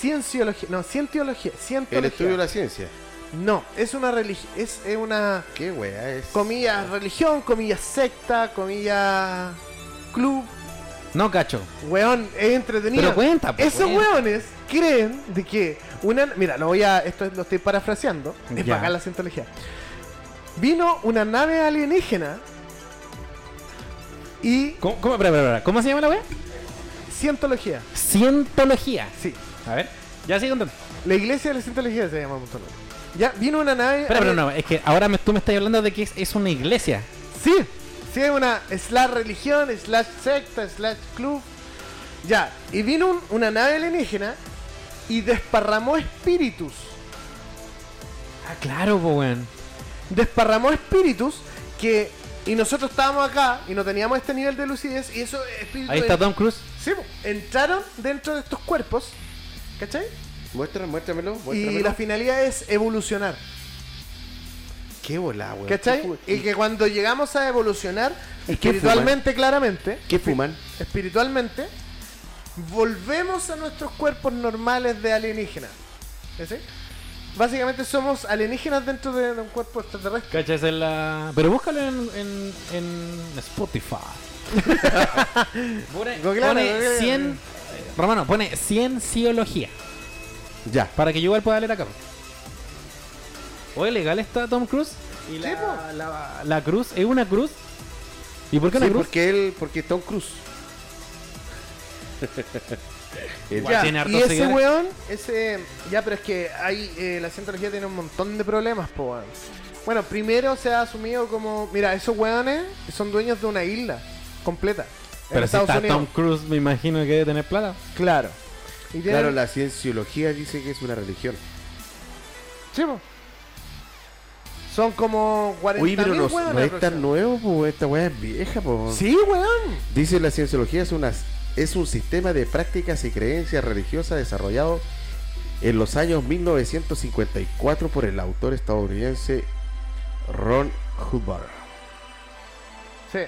Speaker 4: Cienciología. No, cientiología.
Speaker 2: El
Speaker 4: Cientología.
Speaker 2: estudio de la ciencia.
Speaker 4: No, es una religión. Es, es una.
Speaker 2: ¿Qué wea es?
Speaker 4: Comillas, religión, comillas, secta, comillas. Club.
Speaker 1: No, cacho.
Speaker 4: Weón, es entretenido.
Speaker 1: Pero cuenta, pues,
Speaker 4: Esos
Speaker 1: cuenta.
Speaker 4: weones creen de que una. Mira, lo voy a. Esto lo estoy parafraseando. Es
Speaker 1: Ya.
Speaker 4: bacán la cientología. Vino una nave alienígena. Y.
Speaker 1: ¿Cómo, cómo, espera, espera, espera. ¿Cómo se llama la weá?
Speaker 4: Cientología.
Speaker 1: Cientología.
Speaker 4: Sí.
Speaker 1: A ver. Ya sigue contando.
Speaker 4: La iglesia de la cientología se llama Montolón. Ya, vino una nave. eh,
Speaker 1: Espera, pero no. Es que ahora me- tú me estás hablando de que es, es una iglesia.
Speaker 4: Sí, sí, es una slash religión, slash secta, slash club. Ya, y vino un- una nave alienígena y desparramó espíritus.
Speaker 1: Ah, claro, po, weón.
Speaker 4: Desparramó espíritus que. Y nosotros estábamos acá y no teníamos este nivel de lucidez y esos espíritus.
Speaker 1: Ahí está
Speaker 4: en-
Speaker 1: Tom Cruise.
Speaker 4: Sí, po, entraron dentro de estos cuerpos, ¿cachai?
Speaker 2: Muestra, muéstramelo,
Speaker 4: Y
Speaker 2: muéstramelo.
Speaker 4: la finalidad es evolucionar.
Speaker 2: Qué volá, weón.
Speaker 1: Pues,
Speaker 2: ¿Qué
Speaker 4: ¿Cachai?
Speaker 2: fu-
Speaker 4: Y que cuando llegamos a evolucionar,
Speaker 2: ¿Y qué
Speaker 4: espiritualmente, claramente,
Speaker 2: ¿Qué fuman?
Speaker 4: espiritualmente, volvemos a nuestros cuerpos normales de alienígenas. ¿Sí? Básicamente somos alienígenas dentro de, de un cuerpo extraterrestre.
Speaker 1: ¿Cachai? Esa es la... Pero búscalo en, en, en Spotify. pone
Speaker 4: Googlealo,
Speaker 1: pone
Speaker 4: googlealo.
Speaker 1: 100... Romano, pone 100 ciología.
Speaker 2: Pues Ya.
Speaker 1: Para que yo igual pueda leer acá. Oye, legal está Tom Cruise. Y
Speaker 4: Sí, po.
Speaker 1: la, la- la cruz, ¿es una cruz? ¿Y por qué una
Speaker 2: Sí,
Speaker 1: cruz?
Speaker 2: porque él, porque Tom Cruise. El-
Speaker 1: Igual
Speaker 4: Ya,
Speaker 1: tiene hartos
Speaker 4: y ese
Speaker 1: seguidores.
Speaker 4: weón, ese. Ya, pero es que hay, eh, la cientología tiene un montón de problemas, po, weón. Bueno, primero se ha asumido como. Mira, esos weones son dueños de una isla completa. en
Speaker 1: Pero si
Speaker 4: Estados
Speaker 1: está
Speaker 4: Unidos.
Speaker 1: Tom Cruise, me imagino que debe tener plata.
Speaker 4: Claro. Y tienen-
Speaker 2: Claro, la cienciología dice que es una religión.
Speaker 4: Sí, po. Son como 40
Speaker 2: Oye, pero no,
Speaker 4: weón
Speaker 2: no es tan nuevo, po, esta weá es vieja, po.
Speaker 4: Sí, weón.
Speaker 2: Dice la cienciología es, una, es un sistema de prácticas y creencias religiosas desarrollado en los años 1954 por el autor estadounidense Ron Hubbard.
Speaker 4: Sí.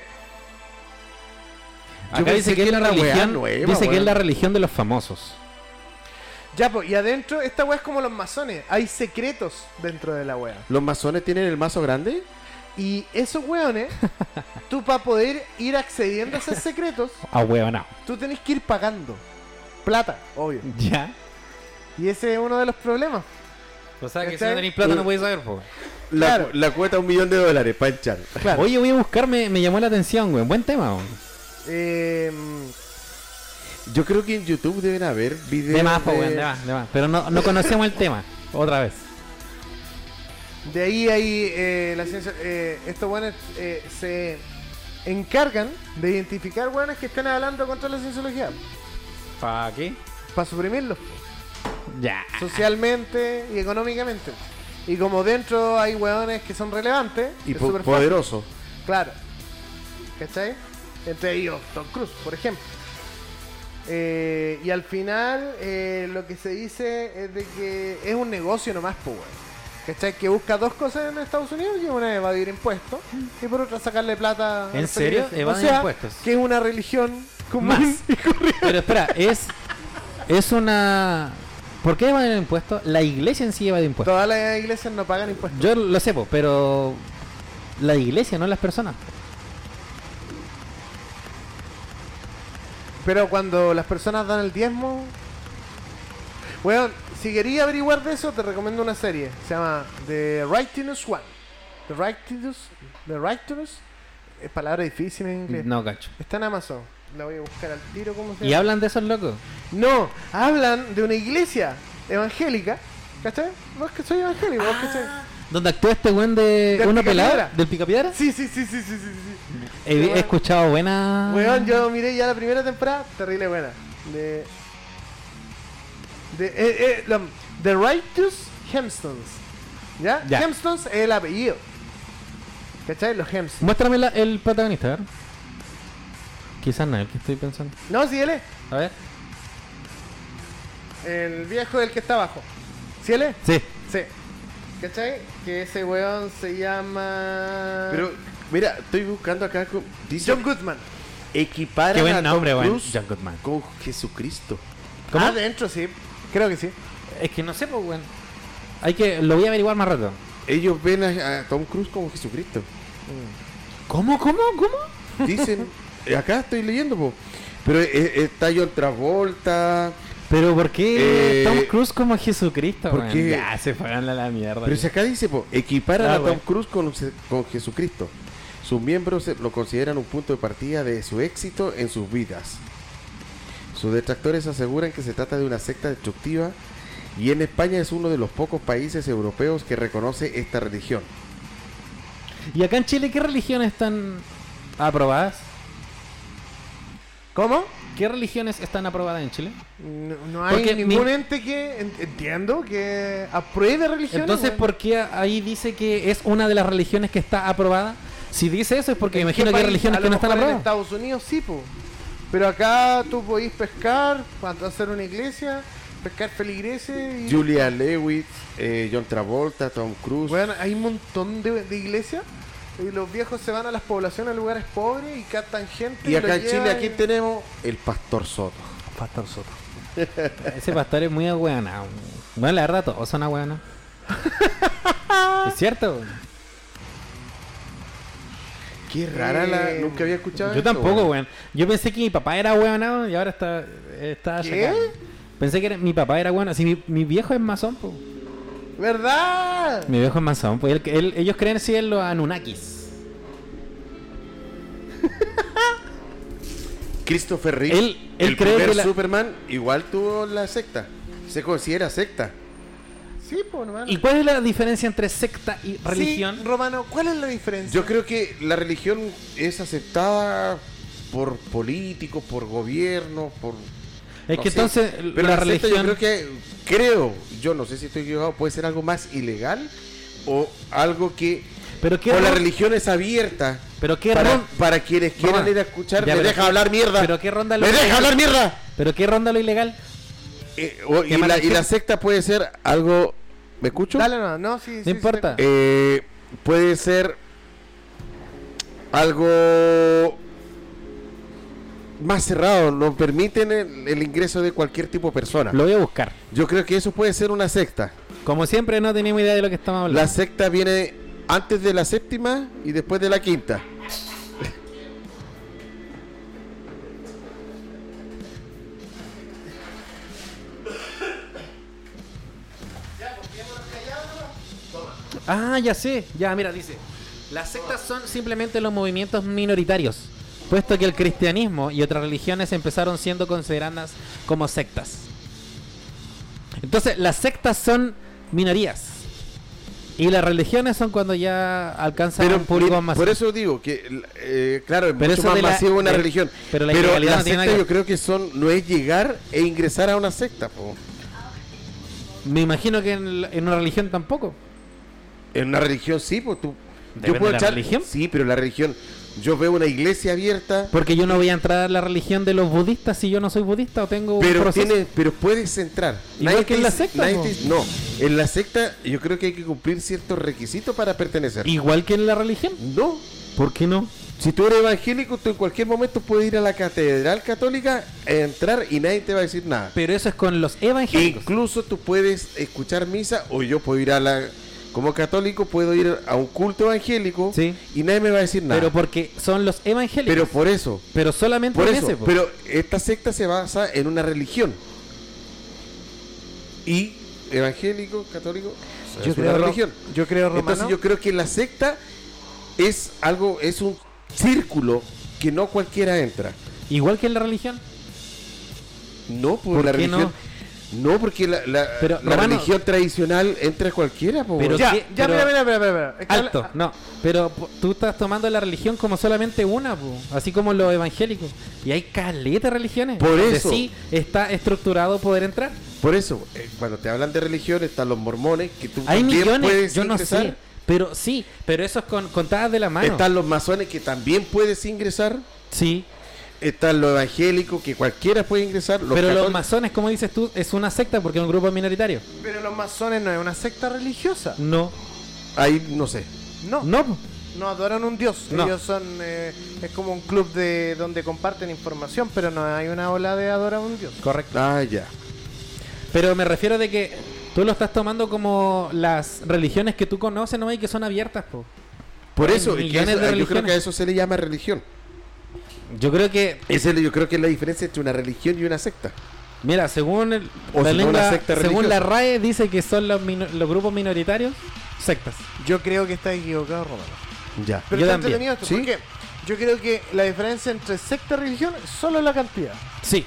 Speaker 2: Yo
Speaker 1: Acá dice
Speaker 2: pensé
Speaker 1: que,
Speaker 2: que
Speaker 1: es la
Speaker 2: era una weá
Speaker 1: religión,
Speaker 2: nueva,
Speaker 1: dice que es
Speaker 2: weón.
Speaker 1: la religión de los famosos.
Speaker 4: Ya, pues, y adentro, esta weá es como los masones. Hay secretos dentro de la weá.
Speaker 2: ¿Los masones tienen el mazo grande?
Speaker 4: Y esos weones, tú para poder ir accediendo a esos secretos,
Speaker 1: Ah, weón, no.
Speaker 4: tú tenés que ir pagando. Plata, obvio.
Speaker 1: Ya.
Speaker 4: Y ese es uno de los problemas.
Speaker 1: O sea,
Speaker 4: que si no tenéis
Speaker 2: plata no
Speaker 1: podéis saber, po.
Speaker 2: La,
Speaker 4: Claro.
Speaker 2: la cuota un millón de dólares para echar.
Speaker 4: Claro.
Speaker 1: Oye, voy a buscarme, me llamó la atención, weón. Buen tema, weón.
Speaker 4: Eh,
Speaker 2: Yo creo que en YouTube deben haber videos.
Speaker 1: De más, pues, po,
Speaker 2: de-
Speaker 1: weón, de más, de más. Pero no, no conocemos el tema. Otra vez.
Speaker 4: de ahí hay eh, la ciencia. eh, estos weones eh, se encargan de identificar weones que están hablando contra la cienciología.
Speaker 1: ¿Para qué?
Speaker 4: Para suprimirlos.
Speaker 1: Ya.
Speaker 4: Socialmente y económicamente. Y como dentro hay weones que son relevantes.
Speaker 2: Y
Speaker 4: es
Speaker 2: po-
Speaker 4: superfácil.
Speaker 2: poderoso.
Speaker 4: Claro. ¿Cachai? Entre ellos Tom Cruise, por ejemplo. Eh, y al final eh, lo que se dice es de que es un negocio nomás, pues, weón. ¿Cachai? Que busca dos cosas en Estados Unidos y una es evadir impuestos y por otra sacarle plata. a
Speaker 1: ¿En
Speaker 4: los
Speaker 1: serio?
Speaker 4: feligreses.
Speaker 1: Evaden
Speaker 4: o sea,
Speaker 1: impuestos.
Speaker 4: Que es una religión común
Speaker 1: Más.
Speaker 4: y corriente.
Speaker 1: Pero espera, es. Es una. ¿Por qué evaden impuestos? La iglesia en sí lleva de impuestos.
Speaker 4: Todas las iglesias no pagan impuestos.
Speaker 1: Yo lo sé, po, pero. La iglesia, no las personas.
Speaker 4: Pero cuando las personas dan el diezmo. Weón, si quería averiguar de eso, te recomiendo una serie. Se llama The Righteous One. The Righteous. The Righteous. Es palabra difícil en inglés.
Speaker 1: No, cacho.
Speaker 4: Está en Amazon. La voy a buscar al tiro. ¿Cómo se
Speaker 1: ¿Y hablan de esos locos?
Speaker 4: No, hablan de una iglesia evangélica. ¿Cachai? Vos que soy evangélico, vos cachai.
Speaker 1: ¿Donde actúa este weón de
Speaker 4: Del
Speaker 1: una
Speaker 4: Picapiedra.
Speaker 1: pelada? ¿Del picapiedra?
Speaker 4: Sí, sí, sí, sí, sí, sí. sí.
Speaker 1: He, he escuchado buena.
Speaker 4: Weón, yo miré ya la primera temporada, terrible buena. De. De. eh, eh, la- The Righteous Hemstones. ¿Ya?
Speaker 1: Ya.
Speaker 4: Hemstones es el apellido. ¿Cachai? Los Hemstones.
Speaker 1: Muéstrame la- el protagonista, a ver. Quizás no es el que estoy pensando.
Speaker 4: No, sí, él es.
Speaker 1: A ver.
Speaker 4: El viejo del que está abajo. ¿Sí, él es?
Speaker 1: Sí.
Speaker 4: Sí. ¿Cachai? Que ese weón se llama.
Speaker 2: Pero, mira, estoy buscando acá. co- Dice,
Speaker 4: Ah. John Goodman.
Speaker 2: equiparan
Speaker 1: Qué
Speaker 2: a
Speaker 1: buen
Speaker 2: Tom
Speaker 1: nombre, weón.
Speaker 2: Cruise
Speaker 1: John Goodman.
Speaker 2: con Jesucristo.
Speaker 1: ¿Cómo?
Speaker 4: Adentro, sí. Creo que sí.
Speaker 1: Es que no sé, pues, weón. Hay que. Lo voy a averiguar más rato.
Speaker 2: Ellos ven a, a Tom Cruise como Jesucristo.
Speaker 1: ¿Cómo, cómo, cómo?
Speaker 2: Dicen, eh, acá estoy leyendo, po. pero eh, está John Travolta.
Speaker 1: Pero ¿por qué
Speaker 2: Eh,
Speaker 1: Tom Cruise como Jesucristo?
Speaker 2: ¿por
Speaker 1: weón?
Speaker 2: qué?
Speaker 1: Ya se fueron a la mierda.
Speaker 2: Pero si acá dice, po, equiparan
Speaker 1: Ah,
Speaker 2: a Tom
Speaker 1: bueno.
Speaker 2: Cruise con, se- con Jesucristo. Sus miembros eh, lo consideran un punto de partida de su éxito en sus vidas. Sus detractores aseguran que se trata de una secta destructiva y en España es uno de los pocos países europeos que reconoce esta religión.
Speaker 1: ¿Y acá en Chile qué religiones están aprobadas?
Speaker 4: ¿Cómo?
Speaker 1: ¿Qué religiones están aprobadas en Chile?
Speaker 4: No, no hay
Speaker 1: Porque
Speaker 4: ningún
Speaker 1: mi-
Speaker 4: ente que en- entiendo que apruebe religión.
Speaker 1: Entonces, ¿por qué ahí dice que es una de las religiones que está aprobada? Si dice eso es porque
Speaker 4: ¿En
Speaker 1: me imagino
Speaker 4: qué
Speaker 1: que hay
Speaker 4: país?
Speaker 1: religiones
Speaker 4: A
Speaker 1: que
Speaker 4: lo
Speaker 1: no están
Speaker 4: mejor en
Speaker 1: aprobadas.
Speaker 4: Estados Unidos sí, po. Pero acá tú podís pescar, hacer una iglesia pescar feligreses. Y,
Speaker 2: Julia Lewis, eh, John Travolta, Tom Cruise.
Speaker 4: Weón, hay un montón de, de iglesias y los viejos se van a las poblaciones, a lugares pobres y captan gente.
Speaker 2: y
Speaker 4: lo
Speaker 2: acá en
Speaker 4: llevan
Speaker 2: Chile, ¿a
Speaker 4: y-
Speaker 2: quién tenemos? El Pastor Soto.
Speaker 4: Pastor Soto.
Speaker 1: Ese pastor es muy ahueonado. Bueno, la verdad, todos son ahueonados. es cierto.
Speaker 2: Qué rara la.
Speaker 4: Eh,
Speaker 2: Nunca había escuchado
Speaker 1: Yo
Speaker 2: esto,
Speaker 1: tampoco,
Speaker 2: weón.
Speaker 1: weón. Yo pensé que mi papá era ahueonado y ahora está. está
Speaker 4: ¿Qué?
Speaker 1: sacado. Pensé que era- mi papá era bueno. Si mi, mi viejo es masón, po.
Speaker 4: ¿Verdad?
Speaker 1: Mi viejo es masón, pues él- él- ellos creen si en los Anunnakis.
Speaker 2: Christopher Reeve,
Speaker 1: Él- él
Speaker 2: el
Speaker 1: cree
Speaker 2: primer
Speaker 1: que la-
Speaker 2: Superman, igual tuvo la secta. Se considera secta.
Speaker 4: Sí, pues, hermano.
Speaker 1: ¿Y cuál es la diferencia entre secta y
Speaker 4: Sí,
Speaker 1: religión?
Speaker 4: Romano, ¿cuál es la diferencia?
Speaker 2: Yo creo que la religión es aceptada por políticos, por gobierno, por...
Speaker 1: Es
Speaker 2: no
Speaker 1: que
Speaker 2: sé.
Speaker 1: entonces
Speaker 2: Pero
Speaker 1: la
Speaker 2: la secta
Speaker 1: religión.
Speaker 2: Yo creo que, creo, yo no sé si estoy equivocado, puede ser algo más ilegal o algo que...
Speaker 1: Pero qué
Speaker 2: o la
Speaker 1: ro-
Speaker 2: religión es abierta
Speaker 1: Pero qué
Speaker 2: para,
Speaker 1: ron-
Speaker 2: para quienes quieran
Speaker 1: Roma.
Speaker 2: ir a escuchar.
Speaker 1: Ya,
Speaker 2: ¡Me
Speaker 1: pero-
Speaker 2: deja hablar mierda!
Speaker 1: pero qué ronda lo
Speaker 2: ¡Me
Speaker 1: que-
Speaker 2: deja hablar mierda!
Speaker 1: ¿Pero qué ronda lo ilegal?
Speaker 2: Eh, o-
Speaker 1: ¿Qué
Speaker 2: y, la, y
Speaker 1: religión?
Speaker 2: la secta puede ser algo... ¿Me escucho?
Speaker 4: Dale, no, no, sí, sí, sí,
Speaker 1: importa.
Speaker 2: Eh, puede ser algo más cerrado, no permiten el, el ingreso de cualquier tipo de persona.
Speaker 1: Lo voy a buscar.
Speaker 2: Yo creo que eso puede ser una secta.
Speaker 1: Como siempre, no tenemos idea de lo que estamos hablando.
Speaker 2: La secta viene antes de la séptima y después de la quinta.
Speaker 1: Ah, ya sé. Ya, mira, dice. Las sectas son simplemente los movimientos minoritarios, puesto que el cristianismo y otras religiones empezaron siendo consideradas como sectas. Entonces, las sectas son minorías. Y las religiones son cuando ya alcanzan un público
Speaker 2: por,
Speaker 1: más
Speaker 2: por eso digo que, eh, claro, es
Speaker 1: Pero
Speaker 2: mucho
Speaker 1: eso
Speaker 2: más
Speaker 1: de la-
Speaker 2: masivo una
Speaker 1: de-
Speaker 2: religión.
Speaker 1: pero
Speaker 2: Pero
Speaker 1: la
Speaker 2: la,
Speaker 1: ilegalidad no tiene
Speaker 2: secta
Speaker 1: nada que
Speaker 2: yo creo que son no es llegar e ingresar a una secta. po.
Speaker 1: Me imagino que en, la- en una religión tampoco.
Speaker 2: En una religión sí, pues tú.
Speaker 1: Depende de la religión.
Speaker 2: Sí, pero la religión. Yo veo una iglesia abierta,
Speaker 1: Porque yo no voy a entrar a la religión de los budistas si yo no soy budista o tengo un
Speaker 2: pero
Speaker 1: proceso.
Speaker 2: tiene, pero puedes entrar.
Speaker 1: Igual que
Speaker 2: te
Speaker 1: en la
Speaker 2: dice-
Speaker 1: secta,
Speaker 2: nadie
Speaker 1: po.
Speaker 2: te dice- no, en la secta yo creo que hay que cumplir ciertos requisitos para pertenecer.
Speaker 1: Igual que en la religión.
Speaker 2: No,
Speaker 1: ¿Por qué no?
Speaker 2: si tú eres evangélico, tú en cualquier momento puedes ir a la catedral católica, entrar y nadie te va a decir nada. E
Speaker 1: Pero eso es con los evangélicos.
Speaker 2: Incluso tú puedes escuchar misa o yo puedo ir a la como católico puedo ir a un culto evangélico
Speaker 1: Sí.
Speaker 2: y nadie me va a decir nada.
Speaker 1: Pero porque son los evangélicos.
Speaker 2: pero
Speaker 1: Pero,
Speaker 2: por eso,
Speaker 1: solamente
Speaker 2: Por
Speaker 1: en
Speaker 2: eso,
Speaker 1: ese, po.
Speaker 2: pero esta secta se basa en una religión. Y evangélico, católico, es
Speaker 4: Yo creo,
Speaker 2: una
Speaker 4: Ro-
Speaker 2: religión.
Speaker 4: yo creo, Romano.
Speaker 2: Entonces yo creo que la secta es algo, es un círculo que no cualquiera entra.
Speaker 1: Igual que en la religión.
Speaker 2: No, por,
Speaker 1: ¿Por
Speaker 2: la
Speaker 1: qué
Speaker 2: religión. No, porque la, la-
Speaker 1: Pero,
Speaker 2: la
Speaker 1: Romano-
Speaker 2: religión tradicional entra cualquiera. po,
Speaker 1: Pero
Speaker 2: weón.
Speaker 4: ya,
Speaker 1: qué-
Speaker 4: ya,
Speaker 1: pero-
Speaker 4: mira, mira, mira, mira, mira. Es que
Speaker 1: Alto,
Speaker 4: habla-
Speaker 1: no. Pero po, tú estás tomando la religión como solamente una, po, así como los evangélicos. Y hay caleta de religiones.
Speaker 2: Por
Speaker 1: donde
Speaker 2: eso.
Speaker 1: sí está estructurado poder entrar.
Speaker 2: Por eso, eh, cuando te hablan de religión, están los mormones, que tú
Speaker 1: Hay
Speaker 2: también
Speaker 1: millones,
Speaker 2: puedes
Speaker 1: yo no
Speaker 2: ingresar.
Speaker 1: sé. Pero sí, pero eso es con contadas de la mano.
Speaker 2: Están los masones que también puedes ingresar.
Speaker 1: Sí,
Speaker 2: Están los evangélicos, que cualquiera puede ingresar. Los
Speaker 1: pero los
Speaker 2: cató-
Speaker 1: masones, como dices tú, es una secta porque es un grupo minoritario.
Speaker 4: Pero los masones no es una secta religiosa.
Speaker 1: No,
Speaker 2: Ahí no sé.
Speaker 4: No, no,
Speaker 1: no. po.
Speaker 4: adoran un dios.
Speaker 1: No.
Speaker 4: Ellos son. eh, es como un club de donde comparten información, pero no hay una ola de adorar a un dios.
Speaker 1: Correcto.
Speaker 2: Ah, ya.
Speaker 1: Pero me refiero de que tú lo estás tomando como las religiones que tú conoces, ¿no? Y que son abiertas, po.
Speaker 2: Por
Speaker 1: Hay
Speaker 2: eso, es que
Speaker 1: millones
Speaker 2: eso-
Speaker 1: de
Speaker 2: yo creo
Speaker 1: religiones.
Speaker 2: que a eso se le llama religión.
Speaker 1: Yo creo que,
Speaker 2: Esa es la- yo creo que es la diferencia entre una religión y una secta.
Speaker 1: mira, según el-
Speaker 2: O
Speaker 1: la
Speaker 2: si no,
Speaker 1: lengua-
Speaker 2: una secta
Speaker 1: según la
Speaker 2: religiosa.
Speaker 1: RAE dice que son los, mino- los grupos minoritarios sectas.
Speaker 4: Yo creo que está equivocado, Romano.
Speaker 2: Ya.
Speaker 4: Pero
Speaker 1: Yo también.
Speaker 4: está entretenido esto,
Speaker 2: Sí.
Speaker 4: ¿por qué? Yo creo que la diferencia entre secta y religión es solo la cantidad.
Speaker 1: Sí.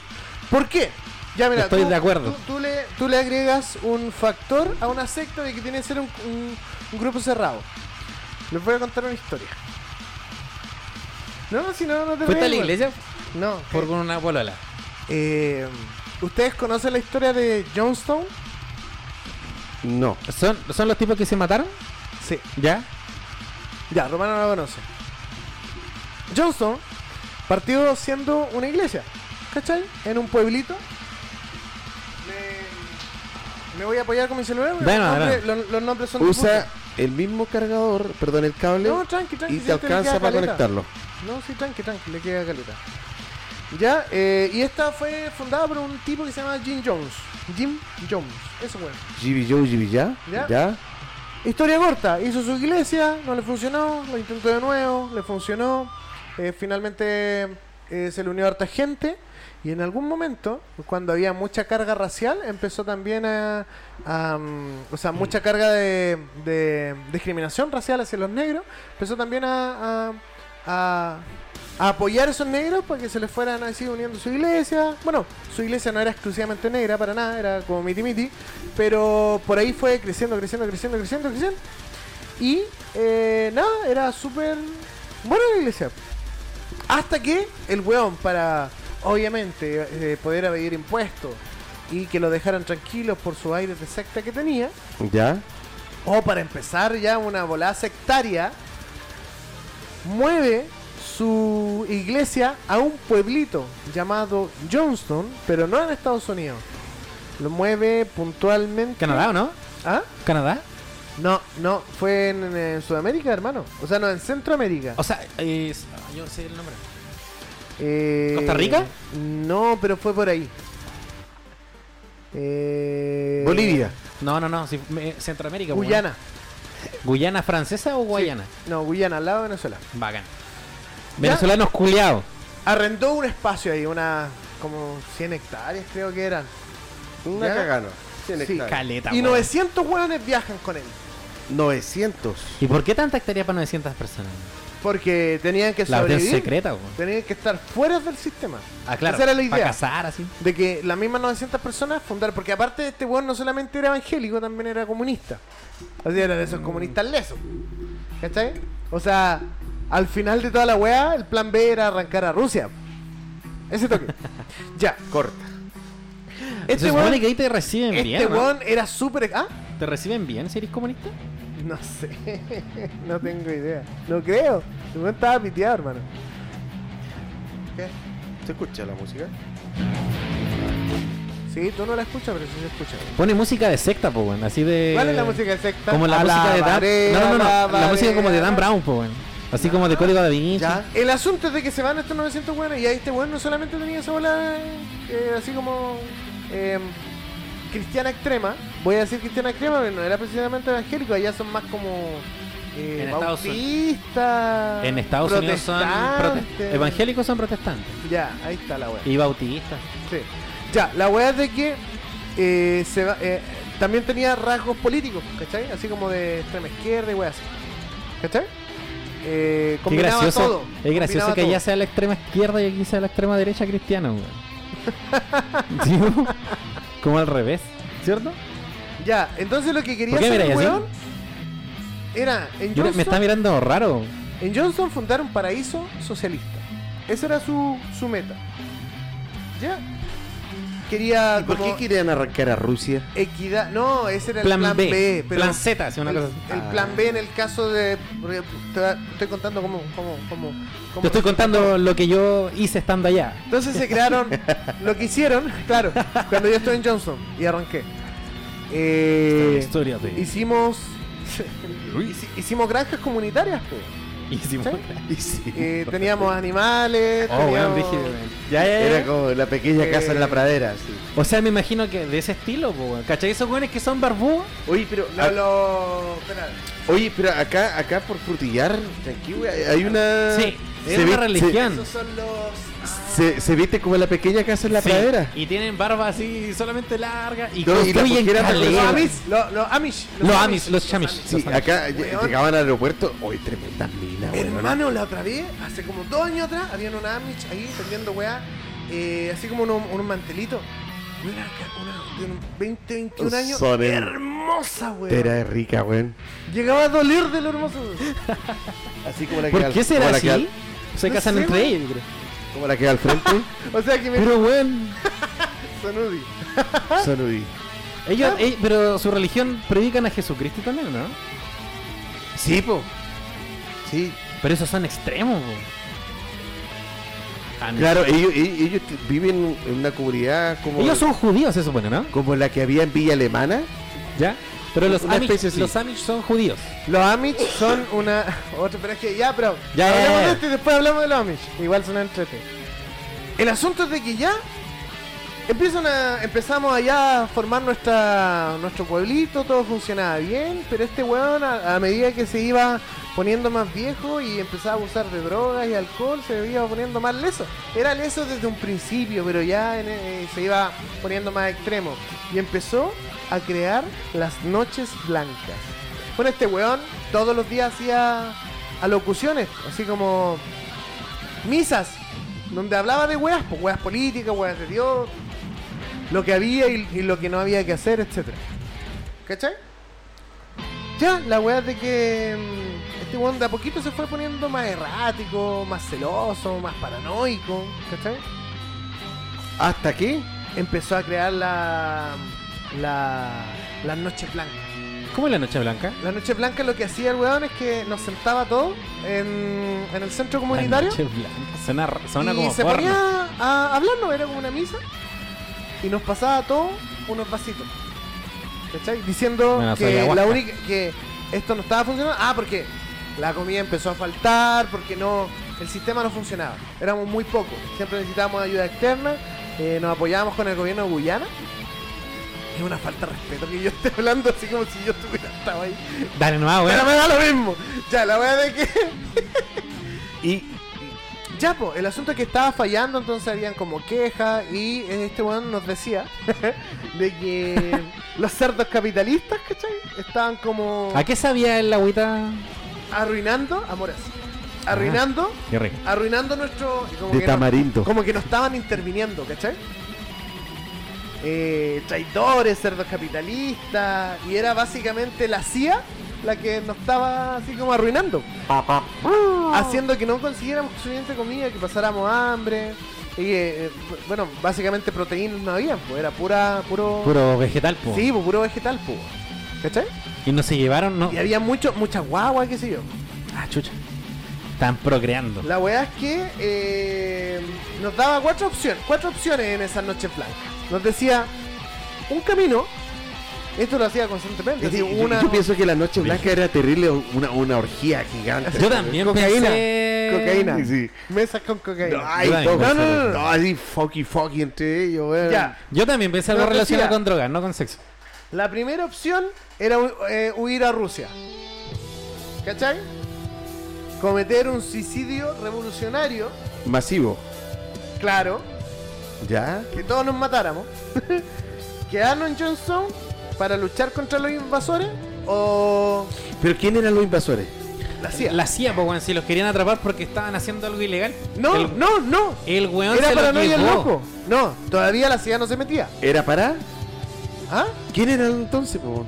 Speaker 4: ¿Por qué? Ya mira,
Speaker 1: Estoy
Speaker 4: tú,
Speaker 1: de acuerdo.
Speaker 4: Tú, tú le, tú le agregas un factor a una secta de que tiene que ser un, un- un grupo cerrado. Les voy a contar una historia. No, no, si no, no te
Speaker 1: ¿Fuiste a
Speaker 4: rías,
Speaker 1: la
Speaker 4: güey.
Speaker 1: iglesia?
Speaker 4: No.
Speaker 1: Por una polola.
Speaker 4: eh, ¿Ustedes conocen la historia de Johnstone?
Speaker 2: No.
Speaker 1: ¿Son, ¿Son los tipos que se mataron?
Speaker 4: Sí.
Speaker 1: ¿Ya?
Speaker 4: Ya, Romano no la conoce. Johnstone partió siendo una iglesia, ¿cachai? En un pueblito. Le- Me voy a apoyar con mi celular. güey.
Speaker 1: Bueno,
Speaker 4: los, nombres,
Speaker 1: bueno.
Speaker 4: los- los nombres son
Speaker 2: Usa el mismo cargador, perdón, el cable,
Speaker 4: No, tranqui, tranqui,
Speaker 2: y te
Speaker 4: sí, te
Speaker 2: alcanza
Speaker 4: queda
Speaker 2: para
Speaker 4: caleta.
Speaker 2: conectarlo.
Speaker 4: No, sí, tranqui, tranqui, le queda caleta. Ya, eh, y esta fue fundada por un tipo que se llama Jim Jones. Jim Jones, eso bueno.
Speaker 2: GB Joe, GB ya,
Speaker 4: Ya.
Speaker 2: ya.
Speaker 4: Historia corta, hizo su iglesia, no le funcionó, lo intentó de nuevo, le funcionó. eh, finalmente eh, se le unió a harta gente y en algún momento, cuando había mucha carga racial, empezó también a... a, mm, o sea, mucha carga de, de discriminación racial hacia los negros, empezó también a, a- a- a apoyar a esos negros para que se les fueran así uniendo su iglesia. Bueno, su iglesia no era exclusivamente negra para nada, era como miti miti, pero por ahí fue creciendo, creciendo, creciendo, creciendo, creciendo. Y eh, nada, era súper buena la iglesia. Hasta que el weón, para obviamente eh, poder evadir impuestos y que lo dejaran tranquilos por su aire de secta que tenía,
Speaker 2: ya.
Speaker 4: o para empezar ya una volada sectaria, mueve su iglesia a un pueblito llamado Johnston, pero no en Estados Unidos. Lo mueve puntualmente.
Speaker 1: Canadá, ¿o no?
Speaker 4: ¿Ah?
Speaker 1: ¿Canadá?
Speaker 4: No, no, fue en, en Sudamérica, hermano. O sea, no, en Centroamérica.
Speaker 1: O sea, es- ah, yo sé el nombre.
Speaker 4: Eh,
Speaker 1: ¿Costa Rica?
Speaker 4: No, pero fue por ahí. Eh,
Speaker 2: Bolivia.
Speaker 1: No, no, no, sí, me- Centroamérica. pues,
Speaker 4: Guyana.
Speaker 1: bueno. ¿Guyana francesa o Guayana?
Speaker 4: No, Guyana, al lado de Venezuela.
Speaker 1: Bacán. Venezolanos culiados.
Speaker 4: Arrendó un espacio ahí, unas como 100 hectáreas creo que eran.
Speaker 2: Una
Speaker 4: Ya.
Speaker 2: cagano. Cien
Speaker 4: Sí.
Speaker 2: hectáreas.
Speaker 1: Caleta.
Speaker 4: Y
Speaker 1: weón.
Speaker 4: 900 hueones viajan con él.
Speaker 2: 900.
Speaker 1: ¿Y por qué tanta hectárea para 900 personas?
Speaker 4: Porque tenían que
Speaker 1: La orden
Speaker 4: sobrevivir.
Speaker 1: secreta, weón.
Speaker 4: Tenían que estar fuera del sistema.
Speaker 1: Ah, claro.
Speaker 4: Esa era la
Speaker 1: Para
Speaker 4: idea.
Speaker 1: casar, así.
Speaker 4: De que las mismas 900 personas fundaron. Porque aparte de este hueón no solamente era evangélico, también era comunista. Así era de esos comunistas lesos. ¿Cachai? O sea, al final de toda la weá, el plan B era arrancar a Rusia. Ese toque. ya.
Speaker 2: Corta.
Speaker 1: Se
Speaker 4: Este
Speaker 1: supone
Speaker 4: hueón
Speaker 1: que ahí te reciben bien.
Speaker 4: este
Speaker 1: ¿no?
Speaker 4: hueón era súper. ¿Ah?
Speaker 1: ¿Te reciben bien si eres comunista?
Speaker 4: No sé, no tengo idea. No creo. El weón estaba piteado, hermano.
Speaker 2: ¿Qué? ¿Se escucha la música?
Speaker 4: Sí, tú no la escuchas, pero sí se escucha.
Speaker 1: Pone música de secta, po, weón. Así de.
Speaker 4: ¿Cuál es la música de secta?
Speaker 1: Eh, Como la música de Dan.
Speaker 4: Alabaré,
Speaker 1: No, no, no. La,
Speaker 4: alabaré.
Speaker 1: música como de Dan Brown, po, weón. Así como
Speaker 4: Ah,
Speaker 1: de código de Vinci.
Speaker 2: Ya.
Speaker 4: El asunto es de que se van estos 900 weones y ahí este weón no solamente tenía esa bola eh, así como eh, cristiana extrema. Voy a decir cristiana extrema, pero no era precisamente evangélico. Allá son más como eh,
Speaker 1: En Estados
Speaker 4: bautistas.
Speaker 1: En Estados Unidos son prote-
Speaker 4: protestantes.
Speaker 1: evangélicos son protestantes
Speaker 4: Ya, ahí está la weá.
Speaker 1: y bautistas.
Speaker 4: Sí. Ya, la weá es de que eh, se va- eh, también tenía rasgos políticos, ¿cachai? Así como de extrema izquierda y weá así. ¿Cachai? Eh,
Speaker 1: Qué
Speaker 4: combinaba
Speaker 1: gracioso,
Speaker 4: todo.
Speaker 1: es gracioso
Speaker 4: combinaba
Speaker 1: que
Speaker 4: todo.
Speaker 1: allá sea la extrema izquierda y aquí sea la extrema derecha cristiana, weón. Sí, po. como al revés, ¿cierto?
Speaker 4: Ya, entonces lo que quería
Speaker 1: ¿Por qué
Speaker 4: hacer el
Speaker 1: miráis así?
Speaker 4: weón era en
Speaker 1: Mira,
Speaker 4: Johnson,
Speaker 1: me está mirando raro.
Speaker 4: en Johnson fundar un paraíso socialista. Esa era su, su meta. Ya. Quería
Speaker 2: ¿Y por
Speaker 4: como
Speaker 2: qué querían arrancar a Rusia?
Speaker 4: equidad. No, ese era
Speaker 1: Plan
Speaker 4: el plan B.
Speaker 1: B,
Speaker 4: pero pues,
Speaker 1: plan Z, sí, una
Speaker 4: el,
Speaker 1: cosa así.
Speaker 4: el
Speaker 2: Ah.
Speaker 4: plan B en el caso de. porque te- te estoy contando cómo. cómo, cómo, cómo-
Speaker 1: Te estoy contando lo que yo hice estando allá.
Speaker 4: Entonces se crearon. lo que hicieron, claro, cuando yo estuve en Johnson y arranqué. Eh,
Speaker 1: Historia de-
Speaker 4: hicimos. hici- hicimos granjas comunitarias, pues.
Speaker 1: Hicimos-
Speaker 4: ¿Sí? Este
Speaker 2: Y sí.
Speaker 4: Eh, teníamos animales.
Speaker 1: Oh, weón,
Speaker 4: teníamos-
Speaker 1: brígido, weón. Ya, ya, ya.
Speaker 2: Era como la pequeña casa en la
Speaker 4: Eh,
Speaker 2: pradera. sí.
Speaker 1: O sea, me imagino que de ese estilo, po, weón. ¿cachai? Esos weones que son barbudos.
Speaker 2: Oye, pero,
Speaker 1: eh,
Speaker 4: Lo-
Speaker 1: ah.
Speaker 4: lo- espera,
Speaker 2: a- Ah, oye, pero acá, acá por frutillar, aquí güey, hay una.
Speaker 1: Sí, es
Speaker 2: se
Speaker 1: una
Speaker 2: vi-
Speaker 1: religión.
Speaker 4: esos son los.
Speaker 2: Se, se- se viste como la pequeña casa en la
Speaker 1: Sí,
Speaker 2: pradera.
Speaker 1: Y tienen barba así solamente larga y
Speaker 2: No, y la
Speaker 1: construyen
Speaker 2: pujera
Speaker 1: caleta.
Speaker 4: Los
Speaker 2: Eh.
Speaker 4: Amis, lo- los Amish.
Speaker 1: Los Amish, los Chamish.
Speaker 2: Sí,
Speaker 1: Los Amish.
Speaker 2: acá ll-
Speaker 4: Weón.
Speaker 2: llegaban al aeropuerto. Oye, tremenda mina, güey, ¿no?
Speaker 4: Hermano, la otra vez, hace como dos años atrás, habían una Amish ahí vendiendo weá, eh, así como unos unos mantelitos. Una, una de unos 20, 21 años.
Speaker 2: Son el-
Speaker 4: Hermosa, weá.
Speaker 2: Era rica, güey.
Speaker 4: Llegaba a doler de lo hermoso. weón.
Speaker 2: Así como la
Speaker 1: ¿Por
Speaker 2: al-
Speaker 1: qué será
Speaker 2: como la
Speaker 1: así?
Speaker 2: que al-
Speaker 1: Se
Speaker 4: No
Speaker 1: casan
Speaker 4: sé,
Speaker 1: entre
Speaker 4: weón.
Speaker 1: ellos, yo creo.
Speaker 2: como la que al frente.
Speaker 4: O sea que me
Speaker 1: Pero weón,
Speaker 4: son UDI.
Speaker 2: Saludí.
Speaker 1: ellos, eh, pero su religión predican a Jesucristo también, ¿no?
Speaker 2: Sí, po. Sí.
Speaker 1: Pero esos son extremos, weón. Amish.
Speaker 2: Claro, ellos, ellos- ellos t- viven en una comunidad como,
Speaker 1: Ellos son judíos, se supone, ¿no?
Speaker 2: como la que había en Villa Alemana.
Speaker 1: ¿Ya? Pero los
Speaker 2: Una
Speaker 1: Amish,
Speaker 2: especie así.
Speaker 1: los Amish son judíos.
Speaker 4: Los Amish son una. Otra, pero es que ya, pero.
Speaker 1: Ya, ya,
Speaker 4: hablamos
Speaker 1: ya.
Speaker 4: de esto y después hablamos de los Amish. Igual son entrete. El asunto es de que ya. Empiezan a, empezamos allá a formar nuestra, nuestro pueblito, todo funcionaba bien, pero este weón a, a medida que se iba poniendo más viejo y empezaba a abusar de drogas y alcohol, se iba poniendo más leso. Era leso desde un principio, pero ya en- eh, se iba poniendo más extremo. Y empezó a crear las noches blancas. Bueno, este weón todos los días hacía alocuciones, así como misas, donde hablaba de weas, pues weas políticas, weas de Dios, lo que había y, y lo que no había que hacer, etc. ¿Cachai? Ya, la wea de que mm, este weón de a poquito se fue poniendo más errático, más celoso, más paranoico, ¿cachai?
Speaker 2: ¿Hasta aquí?
Speaker 4: Empezó a crear la, mm, la, las noches blancas.
Speaker 1: ¿Cómo es la Noche Blanca?
Speaker 4: La Noche Blanca lo que hacía el weón es que nos sentaba todos en, en el centro
Speaker 1: La
Speaker 4: comunitario
Speaker 1: Noche Blanca. Suena, r- suena
Speaker 4: y
Speaker 1: como
Speaker 4: se
Speaker 1: porno.
Speaker 4: ponía a hablarnos, era como una misa y nos pasaba a todos unos vasitos. ¿Cachai? Diciendo
Speaker 1: Bueno, soy
Speaker 4: que, la
Speaker 1: ayahuasca.
Speaker 4: única, que esto no estaba funcionando. Ah, porque la comida empezó a faltar, porque no el sistema no funcionaba. Éramos muy pocos, siempre necesitábamos ayuda externa, eh, nos apoyábamos con el gobierno de Guyana. Es una falta de respeto que yo esté hablando así como si yo estuviera estaba ahí.
Speaker 1: Dale nomás,
Speaker 4: Pero
Speaker 1: weón.
Speaker 4: me da lo mismo. Ya, la wea de que.
Speaker 2: Y
Speaker 4: Ya, po, el asunto es que estaba fallando, entonces habían como quejas. Y este weón nos decía de que los cerdos capitalistas, ¿cachai? Estaban como
Speaker 1: ¿A qué sabía el agüita?
Speaker 4: arruinando, amores, Ah. arruinando,
Speaker 1: Qué rico.
Speaker 4: arruinando nuestro. y como
Speaker 2: de
Speaker 4: que no-
Speaker 2: tamarindo.
Speaker 4: como que no estaban interviniendo, ¿cachai? Eh, traidores, cerdos capitalistas. Y era básicamente la CIA la que nos estaba así como arruinando. Haciendo que no consiguiéramos suficiente comida, que pasáramos hambre. Y eh, eh, bueno, básicamente proteínas no había, pues era pura, puro.
Speaker 1: Puro vegetal, po.
Speaker 4: Sí, pues, puro vegetal, pues. ¿Cachai?
Speaker 1: Y no se llevaron, no.
Speaker 4: Y había mucho, muchas guaguas, qué sé yo.
Speaker 1: Ah, chucha. Están procreando.
Speaker 4: La weá es que eh, nos daba cuatro opciones, cuatro opciones en esas noches blancas. Nos decía un camino, esto lo hacía constantemente,
Speaker 2: Es
Speaker 4: así,
Speaker 2: decir, yo-
Speaker 4: una
Speaker 2: yo, pienso que la noche blanca era terrible, una, una orgía gigante.
Speaker 1: Yo también
Speaker 4: Cocaína,
Speaker 1: pensé...
Speaker 4: cocaína.
Speaker 2: Sí, sí.
Speaker 4: mesa con cocaína.
Speaker 2: Ay,
Speaker 1: Yo
Speaker 2: todo,
Speaker 1: también
Speaker 2: no,
Speaker 1: pensé
Speaker 2: no,
Speaker 1: lo
Speaker 2: no,
Speaker 1: mismo.
Speaker 2: no, así fucky fucky entre ellos, weón.
Speaker 4: Ya,
Speaker 1: Yo también pensé algo
Speaker 4: No,
Speaker 1: relacionado
Speaker 4: decía-
Speaker 1: con drogas, no con sexo.
Speaker 4: la primera opción era hu- eh, huir a Rusia. ¿Cachai? Cometer un suicidio revolucionario,
Speaker 2: Masivo.
Speaker 4: claro,
Speaker 2: ¿Ya?
Speaker 4: que todos nos matáramos. Quedarnos en Johnson para luchar contra los invasores o
Speaker 2: ¿Pero quién eran los invasores?
Speaker 4: la CIA.
Speaker 1: La CIA, po, weón, si los querían atrapar porque estaban haciendo algo ilegal.
Speaker 4: No,
Speaker 1: el,
Speaker 4: no, no.
Speaker 1: El weón
Speaker 4: Era
Speaker 1: se lo
Speaker 4: paranoia el
Speaker 1: llevó.
Speaker 4: loco. No, todavía la ciudad no se metía.
Speaker 2: ¿Era para?
Speaker 4: ¿Ah?
Speaker 2: ¿Quién eran entonces, po?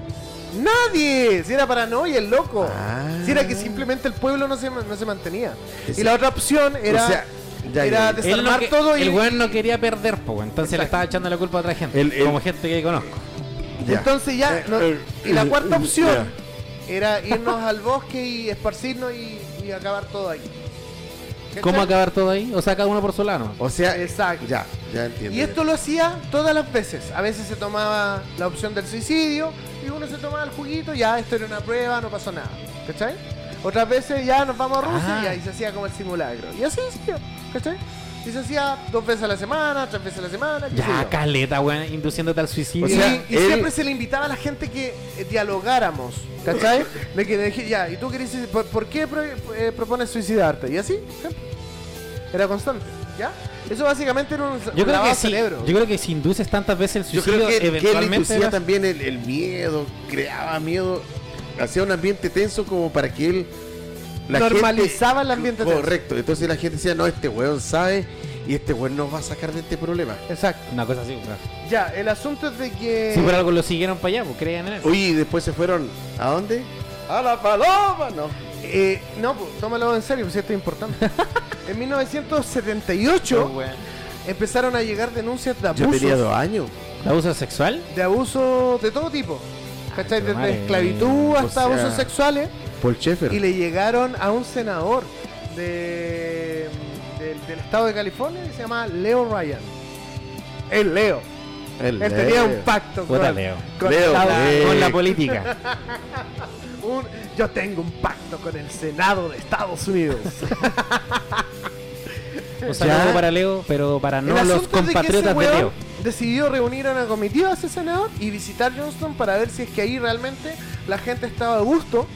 Speaker 4: Nadie. Si era paranoia el loco.
Speaker 2: Ah.
Speaker 4: Si era que simplemente el pueblo no se, no se mantenía.
Speaker 2: Es-
Speaker 4: Y la otra opción era,
Speaker 2: O sea, ya,
Speaker 4: era
Speaker 2: ya, ya.
Speaker 1: Él no
Speaker 4: desarmar
Speaker 1: que-
Speaker 4: todo y...
Speaker 1: El weón no quería perder, po, weón, entonces le
Speaker 4: Exacto.
Speaker 1: estaba echando la culpa a otra gente.
Speaker 2: El- el-
Speaker 1: Como gente que conozco.
Speaker 2: Ya.
Speaker 4: Entonces ya...
Speaker 2: Eh,
Speaker 4: no-
Speaker 2: eh,
Speaker 4: y la
Speaker 2: eh,
Speaker 4: cuarta
Speaker 2: eh,
Speaker 4: opción era irnos al bosque y esparcirnos y, y acabar todo ahí. ¿Cachai?
Speaker 1: ¿Cómo acabar todo ahí? O sea, cada uno por su lado. ¿no?
Speaker 2: O sea,
Speaker 4: Exacto.
Speaker 2: ya, ya entiendo.
Speaker 4: Y esto lo hacía todas las veces. A veces se tomaba la opción del suicidio y uno se tomaba el juguito, ya esto era una prueba, no pasó nada. ¿Cachai? Otras veces ya nos vamos a Rusia
Speaker 1: Ah.
Speaker 4: y ahí se hacía como el simulacro. Y así se hacía, ¿cachai? Y se hacía dos veces a la semana, tres veces a la semana. qué sé
Speaker 1: Ya,
Speaker 4: yo.
Speaker 1: caleta, weón, induciéndote al
Speaker 4: Y,
Speaker 1: suicidio.
Speaker 2: O sea,
Speaker 4: y
Speaker 2: él-
Speaker 4: siempre se le invitaba a la gente que eh, dialogáramos, ¿cachai? De que deje- ya, ¿y tú querés, por, por qué pro- eh, propones suicidarte? Y así, siempre. Era constante, ¿ya? Eso básicamente era un
Speaker 1: yo, creo
Speaker 4: lavado
Speaker 1: que
Speaker 4: de
Speaker 1: si,
Speaker 4: cerebro.
Speaker 1: yo creo que si induces tantas veces el
Speaker 2: Yo
Speaker 1: suicidio,
Speaker 2: creo que, que él
Speaker 1: eventualmente.
Speaker 2: inducía
Speaker 1: vas-
Speaker 2: también el, el miedo, creaba miedo, hacía un ambiente tenso como para que él
Speaker 4: Normalizaba el
Speaker 2: gente-
Speaker 4: ambiente tenso.
Speaker 2: Correcto. Entonces la gente decía, no, este weón sabe y este weón nos va a sacar de este problema.
Speaker 4: Exacto.
Speaker 1: Una cosa así, weón.
Speaker 4: Ya, el asunto es de que.
Speaker 1: Si por algo lo siguieron para allá, pues creían en eso.
Speaker 2: Oye, y después se fueron, ¿a dónde? A la paloma, no.
Speaker 4: Eh, no, pues, tómalo en serio, pues esto es importante. en 1978 empezaron a llegar denuncias de
Speaker 2: Oh, Yo
Speaker 4: abusos.
Speaker 2: tenía dos años.
Speaker 1: ¿Abuso sexual?
Speaker 4: De abusos de todo tipo. ¿Cachai?
Speaker 1: pero
Speaker 4: Desde
Speaker 1: madre,
Speaker 4: esclavitud
Speaker 2: Ah, o
Speaker 4: hasta
Speaker 2: sea,
Speaker 4: abusos sexuales.
Speaker 2: Paul Schaeffer.
Speaker 4: Y le llegaron a un senador de. de del, del estado de California que se llamaba Leo Ryan. El Leo.
Speaker 2: El
Speaker 4: Él tenía
Speaker 2: Leo.
Speaker 4: un pacto
Speaker 1: Puta
Speaker 4: con,
Speaker 1: Leo.
Speaker 4: con
Speaker 2: Leo, eh.
Speaker 4: la-
Speaker 2: Leo.
Speaker 1: Con
Speaker 4: Eh.
Speaker 1: la política.
Speaker 4: un- yo tengo un pacto con el Senado de Estados Unidos.
Speaker 1: Un saludo
Speaker 2: Ya.
Speaker 1: para Leo, pero para no
Speaker 4: El asunto
Speaker 1: los
Speaker 4: es de que ese
Speaker 1: compatriotas de,
Speaker 4: weón
Speaker 1: Leo.
Speaker 4: Decidió reunir a una comitiva de ese senador y visitar Johnston para ver si es que ahí realmente la gente estaba a gusto,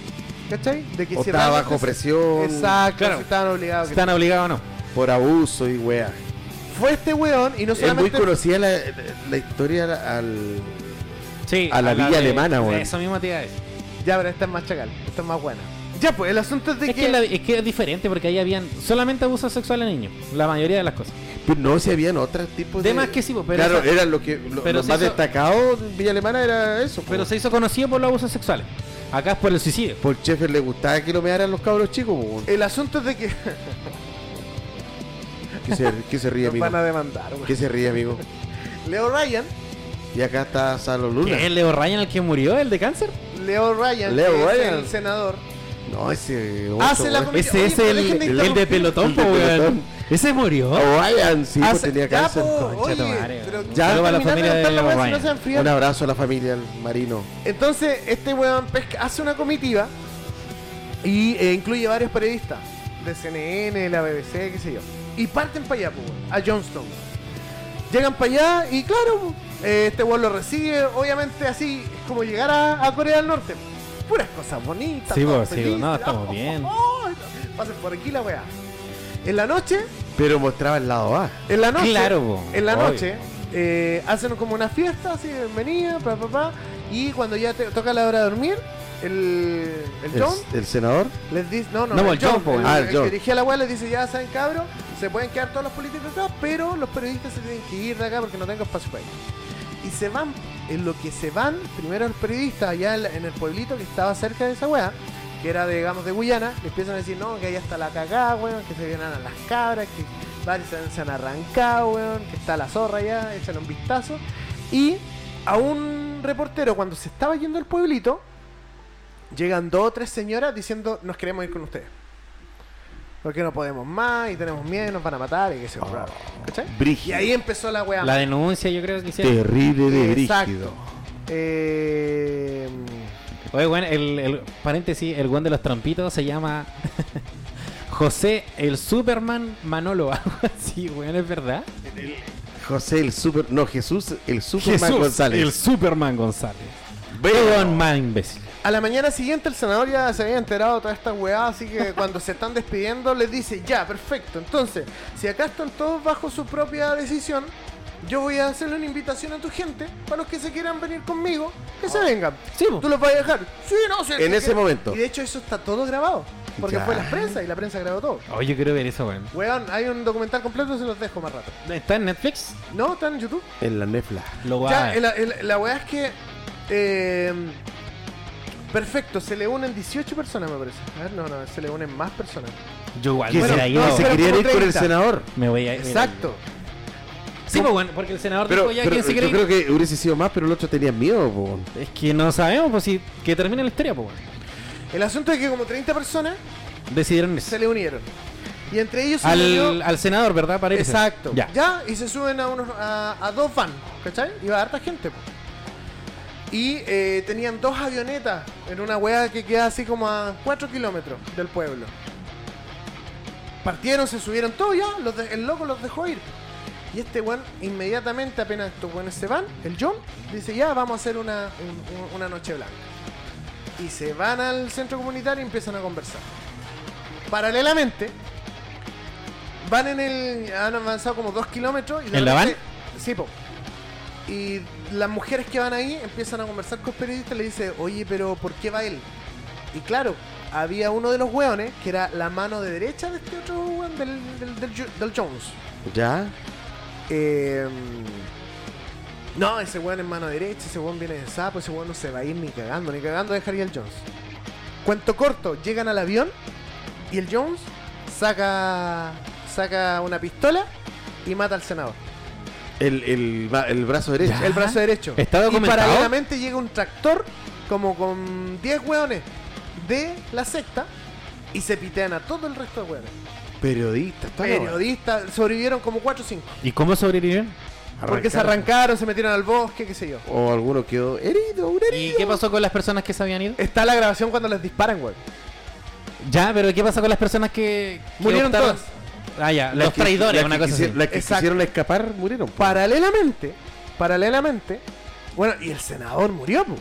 Speaker 4: ¿cachai? De que
Speaker 2: O
Speaker 4: si
Speaker 2: estaba
Speaker 4: realmente
Speaker 2: bajo
Speaker 4: se-
Speaker 2: presión.
Speaker 4: Exacto,
Speaker 1: Claro.
Speaker 4: si estaban obligados.
Speaker 1: ¿Están obligados o no?
Speaker 2: Por abuso y wea.
Speaker 4: Fue este weón y no
Speaker 2: Es muy
Speaker 4: solamente
Speaker 2: conocida la, la historia al.
Speaker 1: Sí.
Speaker 2: A la villa alemana, weón.
Speaker 1: Eso mismo te iba a decir.
Speaker 4: Ya, pero esta es más chacal, esta es más buena. Ya, pues el asunto es de
Speaker 1: Es que, la- es que es diferente porque ahí habían solamente abuso sexual a niños, la mayoría de las cosas.
Speaker 2: Pues no, si habían otros tipos de.
Speaker 1: De más que sí, po, pero
Speaker 2: Claro,
Speaker 1: eso-
Speaker 2: era lo que lo,
Speaker 1: pero
Speaker 2: lo
Speaker 1: se
Speaker 2: más
Speaker 1: hizo-
Speaker 2: destacado en Villa Alemana era eso.
Speaker 1: Pero
Speaker 2: po.
Speaker 1: se hizo conocido por los abusos sexuales. Acá es por el suicidio.
Speaker 2: Por Sheffer le gustaba que lo mearan los cabros chicos, pues, po,
Speaker 4: el asunto es de que
Speaker 2: que, se, que se ríe,
Speaker 4: nos
Speaker 2: amigo.
Speaker 4: van a demandar, weón.
Speaker 2: Que se ríe, amigo.
Speaker 4: Leo Ryan,
Speaker 2: Y acá está Salo Luna.
Speaker 1: ¿Qué? ¿El Leo Ryan el que murió, el de cáncer?
Speaker 4: Leo Ryan,
Speaker 2: Leo
Speaker 4: que es
Speaker 2: Ryan.
Speaker 4: el senador,
Speaker 2: No, ese. otro,
Speaker 4: Hace la
Speaker 2: weón.
Speaker 4: comi- Oye,
Speaker 1: Ese es
Speaker 4: pero
Speaker 1: el,
Speaker 4: dejen de
Speaker 1: el, de
Speaker 4: interrumpir.
Speaker 1: pelotón,
Speaker 2: El de
Speaker 1: po, weón.
Speaker 2: pelotón.
Speaker 1: Ese murió.
Speaker 2: Ryan, sí, pues
Speaker 4: Hace-
Speaker 2: tenía
Speaker 4: ya,
Speaker 2: cáncer.
Speaker 4: po,
Speaker 1: concha
Speaker 4: oye,
Speaker 1: tu madre,
Speaker 4: pero
Speaker 1: weón.
Speaker 4: ya
Speaker 1: Saludo a la
Speaker 4: terminando
Speaker 1: familia de
Speaker 4: contar la
Speaker 1: Leo
Speaker 4: weá, si
Speaker 1: Ryan.
Speaker 4: no se enfrían.
Speaker 2: Un abrazo a la familia al marino.
Speaker 4: Entonces, este weón pesca- hace una comitiva y eh, incluye varios periodistas de CNN, la BBC, qué sé yo. Y parten para allá, pues, weón, a Johnston. Llegan para allá y, claro, pues, eh, este weón lo recibe, obviamente, así es como llegar a, a Corea del Norte. Puras cosas bonitas.
Speaker 1: Sí,
Speaker 4: todos
Speaker 1: pues, sí,
Speaker 4: felices,
Speaker 1: no, estamos bien.
Speaker 4: pasen por aquí la weá. En la noche,
Speaker 2: Pero mostraba el lado A.
Speaker 4: en la noche,
Speaker 1: Claro, po,
Speaker 4: en la
Speaker 1: obvio.
Speaker 4: noche eh, hacen como una fiesta, así, bienvenida, pa, pa, pa, y cuando ya te toca la hora de dormir, el, el
Speaker 2: El,
Speaker 4: John
Speaker 2: el senador.
Speaker 4: les dice, no, no,
Speaker 1: No, el John, po,
Speaker 4: el,
Speaker 2: ah,
Speaker 4: el
Speaker 2: el
Speaker 4: que
Speaker 2: John.
Speaker 4: dirigía la web les dice, ya saben, cabros, se pueden quedar todos los políticos acá, pero los periodistas se tienen que ir de acá porque no tengo espacio para ellos. Y se van, en lo que se van, primero los periodistas allá en, la- en el pueblito que estaba cerca de esa weá, que era, de, digamos, de Guyana, les empiezan a decir, no, que allá está la cagada, weón, que se vienen a las cabras, que varios se, han- se han arrancado, weón, que está la zorra allá, échale un vistazo. Y a un reportero, cuando se estaba yendo al pueblito, llegan dos o tres señoras diciendo, nos queremos ir con ustedes. Porque no podemos más y tenemos miedo y nos van a matar y que se yo.
Speaker 2: Oh.
Speaker 4: ¿Cachai? Y
Speaker 2: Brígido.
Speaker 4: ahí empezó la weá.
Speaker 1: La denuncia, yo creo que hicieron.
Speaker 2: Terrible de
Speaker 4: Exacto.
Speaker 2: brígido.
Speaker 4: Eh,
Speaker 1: Oye, bueno, el, el paréntesis, el weón de los trompitos se llama José el Superman Manolo. Algo así, weón, es verdad.
Speaker 2: José el super. No, Jesús el Superman González.
Speaker 1: El Superman González. Vean
Speaker 2: Vean
Speaker 1: más imbécil.
Speaker 4: a la mañana siguiente el senador ya se había enterado de toda esta weá, así que cuando se están despidiendo les dice, ya, perfecto. Entonces, si acá están todos bajo su propia decisión, yo voy a hacerle una invitación a tu gente, para los que se quieran venir conmigo, que se vengan.
Speaker 1: Sí, po.
Speaker 4: ¿Tú los vas a dejar? Sí, no, sí,
Speaker 2: Ah. En
Speaker 4: sí,
Speaker 2: ese
Speaker 4: que-
Speaker 2: momento.
Speaker 4: Y de hecho eso está todo grabado, porque
Speaker 2: Ya.
Speaker 4: fue la prensa y la prensa grabó todo.
Speaker 1: Oye, yo quiero ver eso, weón.
Speaker 4: Weón, hay un documental completo, se los dejo más rato.
Speaker 1: ¿Está en Netflix?
Speaker 4: No, está en YouTube.
Speaker 2: En la nefla.
Speaker 1: Lo voy a
Speaker 4: Ya,
Speaker 1: ver.
Speaker 4: el- el- la weá es que. eh, perfecto, se le unen 18 personas, me parece. A ver, no, no, se le unen más personas.
Speaker 1: Yo igual
Speaker 2: Que
Speaker 1: me
Speaker 4: Bueno,
Speaker 1: voy a
Speaker 2: se,
Speaker 1: ir.
Speaker 4: no,
Speaker 2: que se
Speaker 4: pero
Speaker 2: querían
Speaker 4: como
Speaker 2: ir con el
Speaker 4: 30.
Speaker 2: senador.
Speaker 1: Me voy a ir.
Speaker 4: Exacto.
Speaker 1: Sí, pues, bueno, porque el senador
Speaker 2: Pero,
Speaker 1: dijo ya
Speaker 2: pero
Speaker 1: quién se
Speaker 2: yo
Speaker 1: cree.
Speaker 2: creo que hubiese sido más, pero el otro tenía miedo. po.
Speaker 1: Es que no sabemos, pues si que termina la historia, pues. weón.
Speaker 4: El asunto es que como 30 personas
Speaker 1: Decidieron irse.
Speaker 4: se le unieron. Y entre ellos se
Speaker 1: Al,
Speaker 4: unió-
Speaker 1: al senador, ¿verdad? Parece.
Speaker 4: Exacto.
Speaker 1: Ya.
Speaker 4: Ya. y se suben a, unos, a, a dos van, ¿cachai? Iba harta gente. po. Y eh, tenían dos avionetas en una hueá que queda así como a 4 kilómetros del pueblo. Partieron, se subieron todos ya, los de- el loco los dejó ir. Y este weón, inmediatamente, apenas estos weones se van, el John dice: Ya, vamos a hacer una, un- un- una noche blanca. Y se van al centro comunitario y empiezan a conversar. Paralelamente, van en el. Han avanzado como dos kilómetros. Y de
Speaker 1: ¿En la van?
Speaker 4: repente- Sí, po. Y las mujeres que van ahí empiezan a conversar con periodistas y le dice, oye, pero ¿por qué va él? Y claro, había uno de los hueones que era la mano de derecha de este otro hueón del, del, del Jo- del Jones.
Speaker 2: Ya.
Speaker 4: Eh, no, ese hueón es mano derecha, ese hueón viene de sapo, ese hueón no se va a ir ni cagando, ni cagando dejaría el Jones. Cuento corto, llegan al avión y el Jones saca, saca una pistola y mata al senador.
Speaker 2: El, el, ba- el brazo derecho.
Speaker 4: El brazo derecho.
Speaker 1: ¿Está
Speaker 4: y
Speaker 1: documentado?
Speaker 4: paralelamente llega un tractor como con 10 hueones de la secta y se pitean a todo el resto de hueones.
Speaker 2: Periodistas, toda la weá.
Speaker 4: Periodistas, sobrevivieron como 4 o 5.
Speaker 1: ¿Y cómo sobrevivieron?
Speaker 4: Porque se arrancaron, se metieron al bosque, qué sé yo.
Speaker 2: O alguno quedó herido, un herido.
Speaker 1: ¿Y qué pasó con las personas que se habían ido?
Speaker 4: Está la grabación cuando les disparan, weón.
Speaker 1: Ya, pero ¿qué pasa con las personas que. que
Speaker 4: Murieron
Speaker 1: optaron-
Speaker 4: todas.
Speaker 1: Ah, ya,
Speaker 2: Las
Speaker 1: los
Speaker 2: que-
Speaker 1: traidores,
Speaker 2: las
Speaker 1: una
Speaker 2: que
Speaker 1: cosa así.
Speaker 2: quisi- Las que
Speaker 4: Exacto.
Speaker 2: quisieron escapar murieron. po.
Speaker 4: Paralelamente, paralelamente, bueno, y el senador murió, po.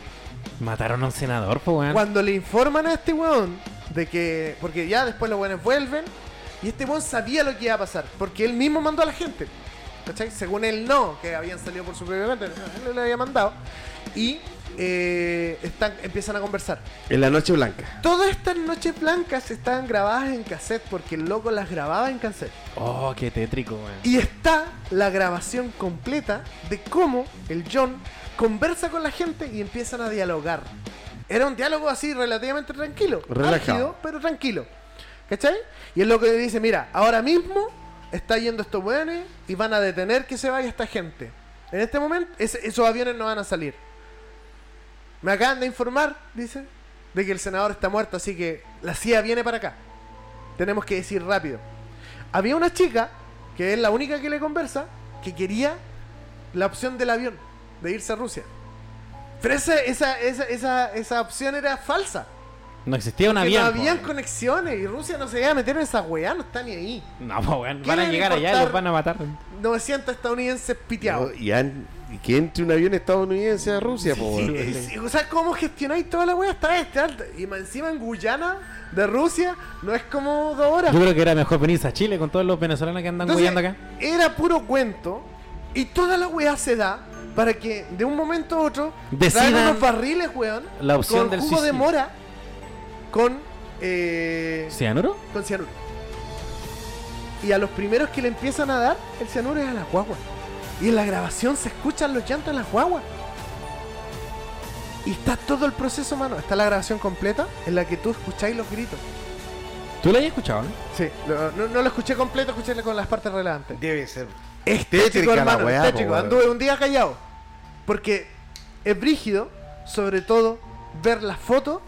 Speaker 1: Mataron a un senador, pues, weón.
Speaker 4: Cuando le informan a este weón de que. Porque ya después los weones vuelven. Y este weón sabía lo que iba a pasar. Porque él mismo mandó a la gente. ¿Cachai? Según él no, que habían salido por su propia cuenta. Él le había mandado. Y eh, están, empiezan a conversar.
Speaker 2: En la noche blanca.
Speaker 4: Todas estas noches blancas estaban grabadas en cassette. Porque el loco las grababa en cassette.
Speaker 1: Oh, qué tétrico, weón.
Speaker 4: Y está la grabación completa de cómo el John conversa con la gente y empiezan a dialogar. Era un diálogo así relativamente tranquilo.
Speaker 2: Relajado.
Speaker 4: álgido, pero tranquilo. ¿Cachai? Y es lo que le dice, mira, ahora mismo está yendo estos buenos y van a detener que se vaya esta gente. En este momento ese- esos aviones no van a salir. Me acaban de informar, dice, de que el senador está muerto, así que la CIA viene para acá. Tenemos que decir rápido. Había una chica, que es la única que le conversa, que quería la opción del avión, de irse a Rusia. Pero esa, esa, esa, esa, esa opción era falsa.
Speaker 1: No existía un
Speaker 4: Que
Speaker 1: avión.
Speaker 4: no
Speaker 1: po,
Speaker 4: habían
Speaker 1: weón.
Speaker 4: conexiones y Rusia no se iba a meter en esa weá, no está ni ahí.
Speaker 1: No, po, weón.
Speaker 4: ¿Qué
Speaker 1: Van a
Speaker 4: le va a
Speaker 1: llegar allá y
Speaker 4: importar?
Speaker 1: los van a matar.
Speaker 4: 900 estadounidenses piteados.
Speaker 2: No, y, han- y que entre un avión estadounidense a Rusia, po,
Speaker 4: Y-
Speaker 2: weón.
Speaker 4: y- sí, o sea, ¿cómo gestionáis toda la weá? Está este alto. Y más encima en Guyana, de Rusia, no es como dos horas.
Speaker 1: Yo creo que era mejor venirse a Chile con todos los venezolanos que andan
Speaker 4: Entonces,
Speaker 1: huyendo acá.
Speaker 4: Era puro cuento. Y toda la weá se da para que de un momento a otro
Speaker 1: Decidan
Speaker 4: traigan unos barriles, weón.
Speaker 1: la opción
Speaker 4: con
Speaker 1: del
Speaker 4: jugo de
Speaker 1: suicidio.
Speaker 4: mora con, eh,
Speaker 1: ¿Cianuro?
Speaker 4: con cianuro. Y a los primeros que le empiezan a dar, el cianuro es a las guaguas. Y en la grabación se escuchan los llantos de las guaguas. Y está todo el proceso, mano. Está la grabación completa en la que tú escucháis los gritos.
Speaker 1: ¿Tú lo habías escuchado, no?
Speaker 4: Sí, lo- no, no lo escuché completo, escuché con las partes relevantes.
Speaker 2: Debe ser.
Speaker 4: Es
Speaker 2: Tétrica
Speaker 4: tétrico,
Speaker 2: la
Speaker 4: hermano,
Speaker 2: weá,
Speaker 4: es
Speaker 2: po,
Speaker 4: tétrico.
Speaker 2: weón.
Speaker 4: Anduve un día callado. Porque es brígido, sobre todo, ver las fotos,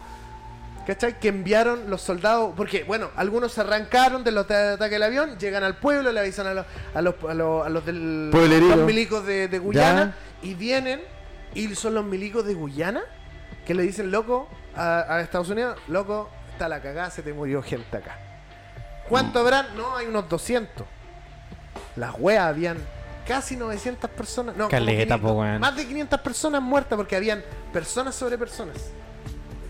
Speaker 4: ¿cachai? Que enviaron los soldados. Porque, bueno, algunos se arrancaron de los de ataque del avión, llegan al pueblo, le avisan a los, a los, a los, a los del,
Speaker 2: Pueblerino.
Speaker 4: los milicos de, de Guyana. Y vienen, y son los milicos de Guyana, que le dicen, loco, a, a Estados Unidos, loco, está la cagada, se te murió gente acá. ¿Cuánto habrán? No, hay unos 200. Las weas habían casi 900 personas. No, como
Speaker 1: Caleta,
Speaker 4: 500,
Speaker 1: po, weón.
Speaker 4: Más de 500 personas muertas porque habían personas sobre personas.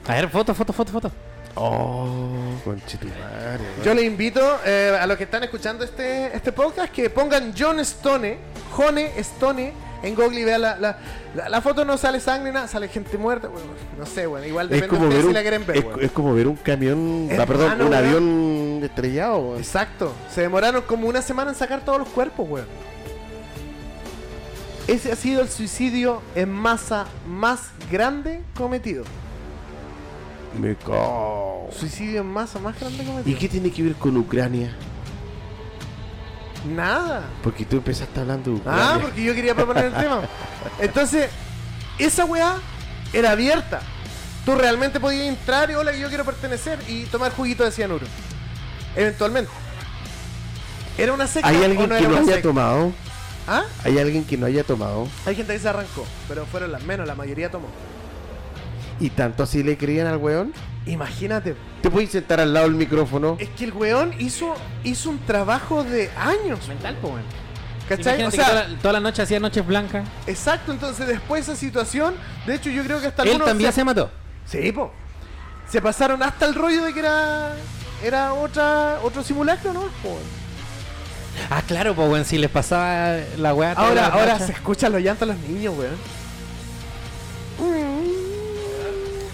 Speaker 1: A ver, foto, foto, foto, foto.
Speaker 2: Oh, conchetumare, weón.
Speaker 4: Yo les invito eh, a los que están escuchando este, este podcast que pongan John Stone, Jone Stone, en Google y vean la, la, la- la foto. No sale sangre, nada, sale gente muerta. Bueno, no sé, bueno, igual
Speaker 2: Es
Speaker 4: depende de
Speaker 2: como, ver
Speaker 4: ustedes si
Speaker 2: un,
Speaker 4: la quieren ver.
Speaker 2: es,
Speaker 4: weón.
Speaker 2: es como ver un camión, ah, perdón,
Speaker 4: Hermano,
Speaker 2: un
Speaker 4: weón.
Speaker 2: avión estrellado. weón.
Speaker 4: Exacto. Se demoraron como una semana en sacar todos los cuerpos, weón. Ese ha sido el suicidio en masa más grande cometido.
Speaker 2: Me cago.
Speaker 4: Suicidio en masa más grande
Speaker 2: ¿Y
Speaker 4: cometido.
Speaker 2: qué tiene que ver con Ucrania?
Speaker 4: Nada.
Speaker 2: Porque tú empezaste hablando de Ucrania.
Speaker 4: Ah, porque yo quería proponer el tema. Entonces, esa weá era abierta. Tú realmente podías entrar y hola, yo quiero pertenecer y tomar juguito de cianuro. Eventualmente. ¿Era una secta
Speaker 2: ¿Hay
Speaker 4: o
Speaker 2: alguien
Speaker 4: no
Speaker 2: que
Speaker 4: era
Speaker 2: no
Speaker 4: una
Speaker 2: haya
Speaker 4: secta?
Speaker 2: tomado?
Speaker 4: ¿Ah?
Speaker 2: ¿Hay alguien que no haya tomado?
Speaker 4: Hay gente que se arrancó, pero fueron las menos, la mayoría tomó.
Speaker 2: ¿Y tanto así le creían al weón?
Speaker 4: Imagínate,
Speaker 2: ¿Te puedes sentar al lado del micrófono?
Speaker 4: es que el weón hizo, hizo un trabajo de años,
Speaker 1: Mental, pues, weón.
Speaker 4: ¿cachai? O
Speaker 1: Imagínate
Speaker 4: sea,
Speaker 1: que toda, la- toda la noche hacía noches blancas.
Speaker 4: exacto, entonces después de esa situación, de hecho yo creo que hasta
Speaker 1: Él
Speaker 4: algunos
Speaker 1: también
Speaker 4: se...
Speaker 1: se mató.
Speaker 4: Sí, po. Se pasaron hasta el rollo de que era era otra otro simulacro, ¿no? Po.
Speaker 1: Ah, claro, pues, weón. Si les pasaba la weá. toda
Speaker 4: Ahora
Speaker 1: la
Speaker 4: ahora
Speaker 1: noche.
Speaker 4: se escuchan los llantos de los niños, weón.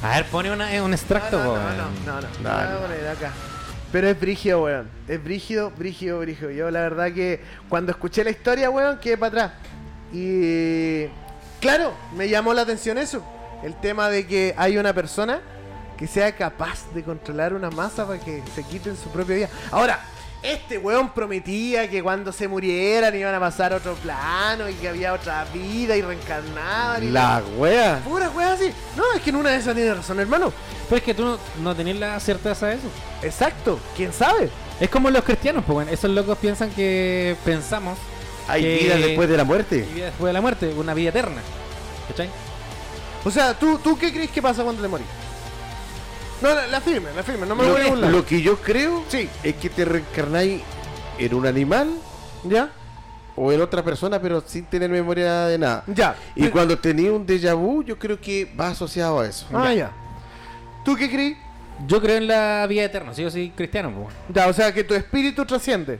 Speaker 1: A ver, pone una- eh, un extracto,
Speaker 4: no,
Speaker 1: po,
Speaker 4: no,
Speaker 1: weón.
Speaker 4: no, no, no,
Speaker 2: No,
Speaker 4: La voy a
Speaker 2: no.
Speaker 4: poner acá. Pero es brígido, weón. Es brígido, brígido, brígido. Yo la verdad que cuando escuché la historia, weón, quedé para atrás. Y claro, me llamó la atención eso. El tema de que hay una persona que sea capaz de controlar una masa para que se quiten su propia vida. Ahora, este weón prometía que cuando se murieran iban a pasar a otro plano y que había otra vida y reencarnaban. Y
Speaker 2: La wea.
Speaker 4: Pura weón así. No, es que en una de esas tiene razón, hermano.
Speaker 1: Pero es que tú no, no tenías la certeza de eso.
Speaker 4: Exacto, quién sabe.
Speaker 1: Es como los cristianos, pues, bueno, esos locos piensan que pensamos
Speaker 2: Hay
Speaker 1: que-
Speaker 2: vida después de la muerte.
Speaker 1: y vida después de la muerte, una vida eterna. ¿Cachai?
Speaker 4: O sea, ¿tú, ¿tú qué crees que pasa cuando te morís? No, la, la firme, la firme, no me voy a
Speaker 2: Lo,
Speaker 4: burlar.
Speaker 2: lo que yo creo
Speaker 4: Sí.
Speaker 2: es que te reencarnáis en un animal
Speaker 4: ¿Ya?
Speaker 2: o en otra persona, pero sin tener memoria de nada.
Speaker 4: Ya.
Speaker 2: Y cuando tenía un déjà vu, yo creo que va asociado a eso.
Speaker 4: Ah, ya. ¿Tú qué crees?
Speaker 1: Yo creo en la vida eterna, si yo soy cristiano, pues. bueno.
Speaker 4: Ya, o sea, que tu espíritu trasciende.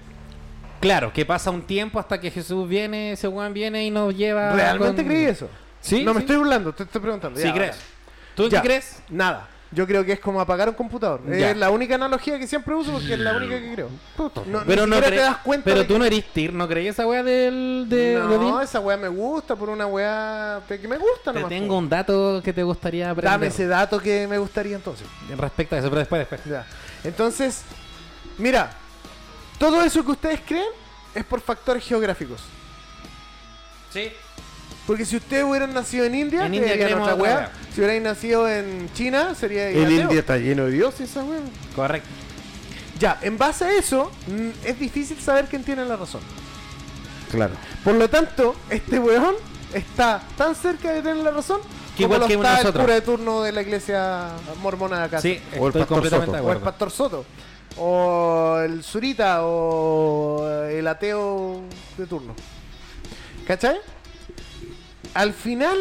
Speaker 1: Claro, que pasa un tiempo hasta que Jesús viene, ese weón viene y nos lleva.
Speaker 4: ¿Realmente
Speaker 1: Ah, con-
Speaker 4: creí eso?
Speaker 1: Sí,
Speaker 4: No me
Speaker 1: sí.
Speaker 4: estoy burlando, te estoy preguntando.
Speaker 1: Sí,
Speaker 4: ya,
Speaker 1: crees.
Speaker 4: ahora.
Speaker 1: ¿Tú en
Speaker 4: Ya.
Speaker 1: qué crees?
Speaker 4: Nada. Yo creo que es como apagar un computador.
Speaker 1: Ya.
Speaker 4: Es la única analogía que siempre uso porque es la única que creo. No,
Speaker 1: Pero
Speaker 4: ni
Speaker 1: no
Speaker 4: siquiera
Speaker 1: cre-
Speaker 4: te das cuenta.
Speaker 1: Pero
Speaker 4: de
Speaker 1: tú
Speaker 4: que-
Speaker 1: no eres TIR, ¿no creí esa weá del. De, de
Speaker 4: No,
Speaker 1: Odín?
Speaker 4: esa weá me gusta por una weá pe- que me gusta
Speaker 1: Te
Speaker 4: nomás.
Speaker 1: tengo
Speaker 4: po.
Speaker 1: un dato que te gustaría aprender.
Speaker 4: Dame ese dato que me gustaría entonces.
Speaker 1: Respecto a eso, pero después, después.
Speaker 4: Ya. Entonces, mira, todo eso que ustedes creen es por factores geográficos.
Speaker 1: Sí.
Speaker 4: Porque si ustedes hubieran nacido en
Speaker 1: En
Speaker 4: India,
Speaker 1: India
Speaker 4: creerían
Speaker 1: creemos
Speaker 4: otra
Speaker 1: otra
Speaker 4: weá. Si hubieran nacido en China, sería
Speaker 2: En
Speaker 4: ateo.
Speaker 2: India está lleno de dioses esa weón.
Speaker 1: Correcto.
Speaker 4: Ya, en base a eso, mm, es difícil saber quién tiene la razón.
Speaker 2: Claro.
Speaker 4: Por lo tanto, este weón está tan cerca de tener la razón
Speaker 1: Que
Speaker 4: como
Speaker 1: igual
Speaker 4: lo
Speaker 1: que
Speaker 4: está el
Speaker 1: nosotros.
Speaker 4: cura de turno de la iglesia mormona de acá.
Speaker 1: Sí,
Speaker 2: O el
Speaker 1: estoy
Speaker 2: Pastor
Speaker 1: completamente
Speaker 2: Soto.
Speaker 1: de
Speaker 4: O el
Speaker 1: acuerdo.
Speaker 4: pastor Soto. O el Zurita. O el ateo de turno. ¿Cachai? Al final.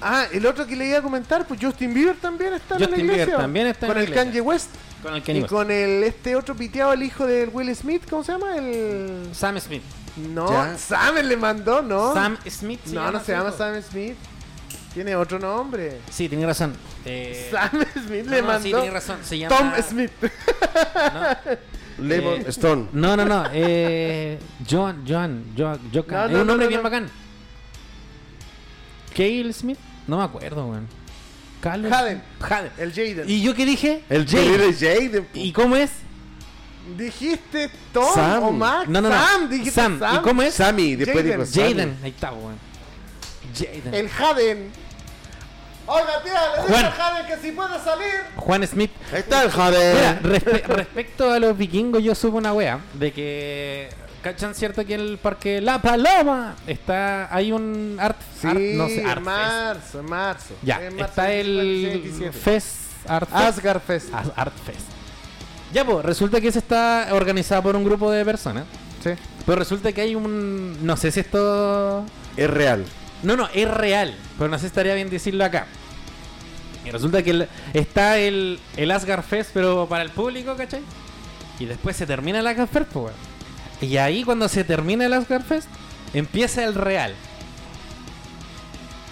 Speaker 4: Ah, el otro que le iba a comentar, pues Justin Bieber también está en la
Speaker 1: Justin
Speaker 4: iglesia.
Speaker 1: Bieber también está en
Speaker 4: Con
Speaker 1: la
Speaker 4: el
Speaker 1: iglesia.
Speaker 4: Kanye West.
Speaker 1: Con el
Speaker 4: Y
Speaker 1: Kenny West.
Speaker 4: con el este otro piteado, el hijo del Will Smith, ¿cómo se llama? El.
Speaker 1: Sam Smith.
Speaker 4: No,
Speaker 2: Ya.
Speaker 4: Sam le mandó, ¿no?
Speaker 1: Sam Smith.
Speaker 4: ¿Oh? no, no se
Speaker 1: ese
Speaker 4: llama
Speaker 1: loco.
Speaker 4: Sam Smith. Tiene otro nombre.
Speaker 1: Sí, tenés razón. Eh,
Speaker 4: Sam Smith
Speaker 1: no,
Speaker 4: le
Speaker 1: no,
Speaker 4: mandó.
Speaker 1: Sí, tenés razón. Se llama.
Speaker 4: Tom Smith.
Speaker 2: Lemon
Speaker 1: Eh,
Speaker 2: Stone.
Speaker 1: No, no, no. Eh, John, John, John, Jocan.
Speaker 4: No,
Speaker 1: es
Speaker 4: no,
Speaker 1: un nombre
Speaker 4: no,
Speaker 1: bien
Speaker 4: no.
Speaker 1: bacán. Cale Smith. No me acuerdo, weón. Cale-
Speaker 4: Jaden.
Speaker 1: Jaden.
Speaker 4: El Jaden.
Speaker 1: ¿Y yo qué dije?
Speaker 2: El
Speaker 1: Jade.
Speaker 2: Jaden. Jaden. po.
Speaker 1: ¿Y cómo es?
Speaker 4: ¿Dijiste Tom
Speaker 2: Sam.
Speaker 4: o Max?
Speaker 1: No, no, no.
Speaker 4: Sam, dijiste Sam.
Speaker 1: Sam. ¿Y cómo es?
Speaker 2: Sammy, después
Speaker 4: Jaden.
Speaker 2: digo Sammy.
Speaker 1: Jaden. Ahí está, weón. Jaden.
Speaker 4: El Jaden. Oiga, tía, le digo
Speaker 1: Juan.
Speaker 4: al Jaden que si puede salir.
Speaker 1: Juan Smith.
Speaker 2: Ahí está el
Speaker 4: Eh.
Speaker 1: Mira,
Speaker 2: Jaden.
Speaker 1: respe- respecto a los vikingos, yo supe una wea de que. ¿Cachan cierto que en el parque La Paloma está. hay un art.
Speaker 4: Sí,
Speaker 1: art- no sé, art
Speaker 4: en
Speaker 1: fest.
Speaker 4: marzo, en marzo.
Speaker 1: Ya,
Speaker 4: En marzo
Speaker 1: está
Speaker 4: 26,
Speaker 1: el
Speaker 4: 27.
Speaker 1: Fest Art Fest.
Speaker 4: Asgard Fest.
Speaker 1: As- Art Fest. Ya, pues, resulta que se está organizado por un grupo de personas.
Speaker 4: Sí.
Speaker 1: Pero resulta que hay un. No sé si esto.
Speaker 2: Es real.
Speaker 1: No, no, es real. Pero no sé si estaría bien decirlo acá. Y resulta que el- está el, el Asgard Fest, pero para el público, ¿cachai? Y después se termina el Asgard Fest, pues, weón. Y ahí cuando se termina el Asgard Fest, empieza el real.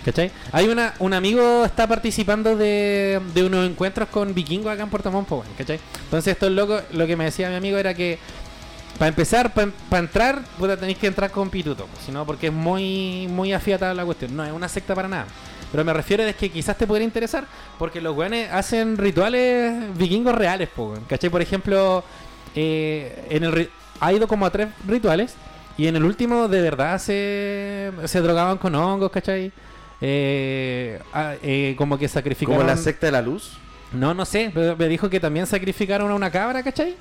Speaker 1: ¿Cachai? Hay una, un amigo está participando de, de unos encuentros con vikingos acá en Puerto Montt, pues, weón, ¿cachai? Entonces estos locos, lo que me decía mi amigo era que para empezar, para entrar, puta, tenéis que entrar con pituto, pues, sino porque es muy muy afiatada la cuestión. No es una secta para nada. Pero me refiero es que quizás te podría interesar porque los weones hacen rituales vikingos reales, po, weón, ¿cachai? Por ejemplo, eh, en el ri- ha ido como a tres rituales y en el último de verdad se, se drogaban con hongos, ¿cachai? Eh, ah, eh, como que sacrificaban...
Speaker 2: Como la secta de la luz.
Speaker 1: No, no sé, pero me dijo que también sacrificaron a una cabra, ¿cachai?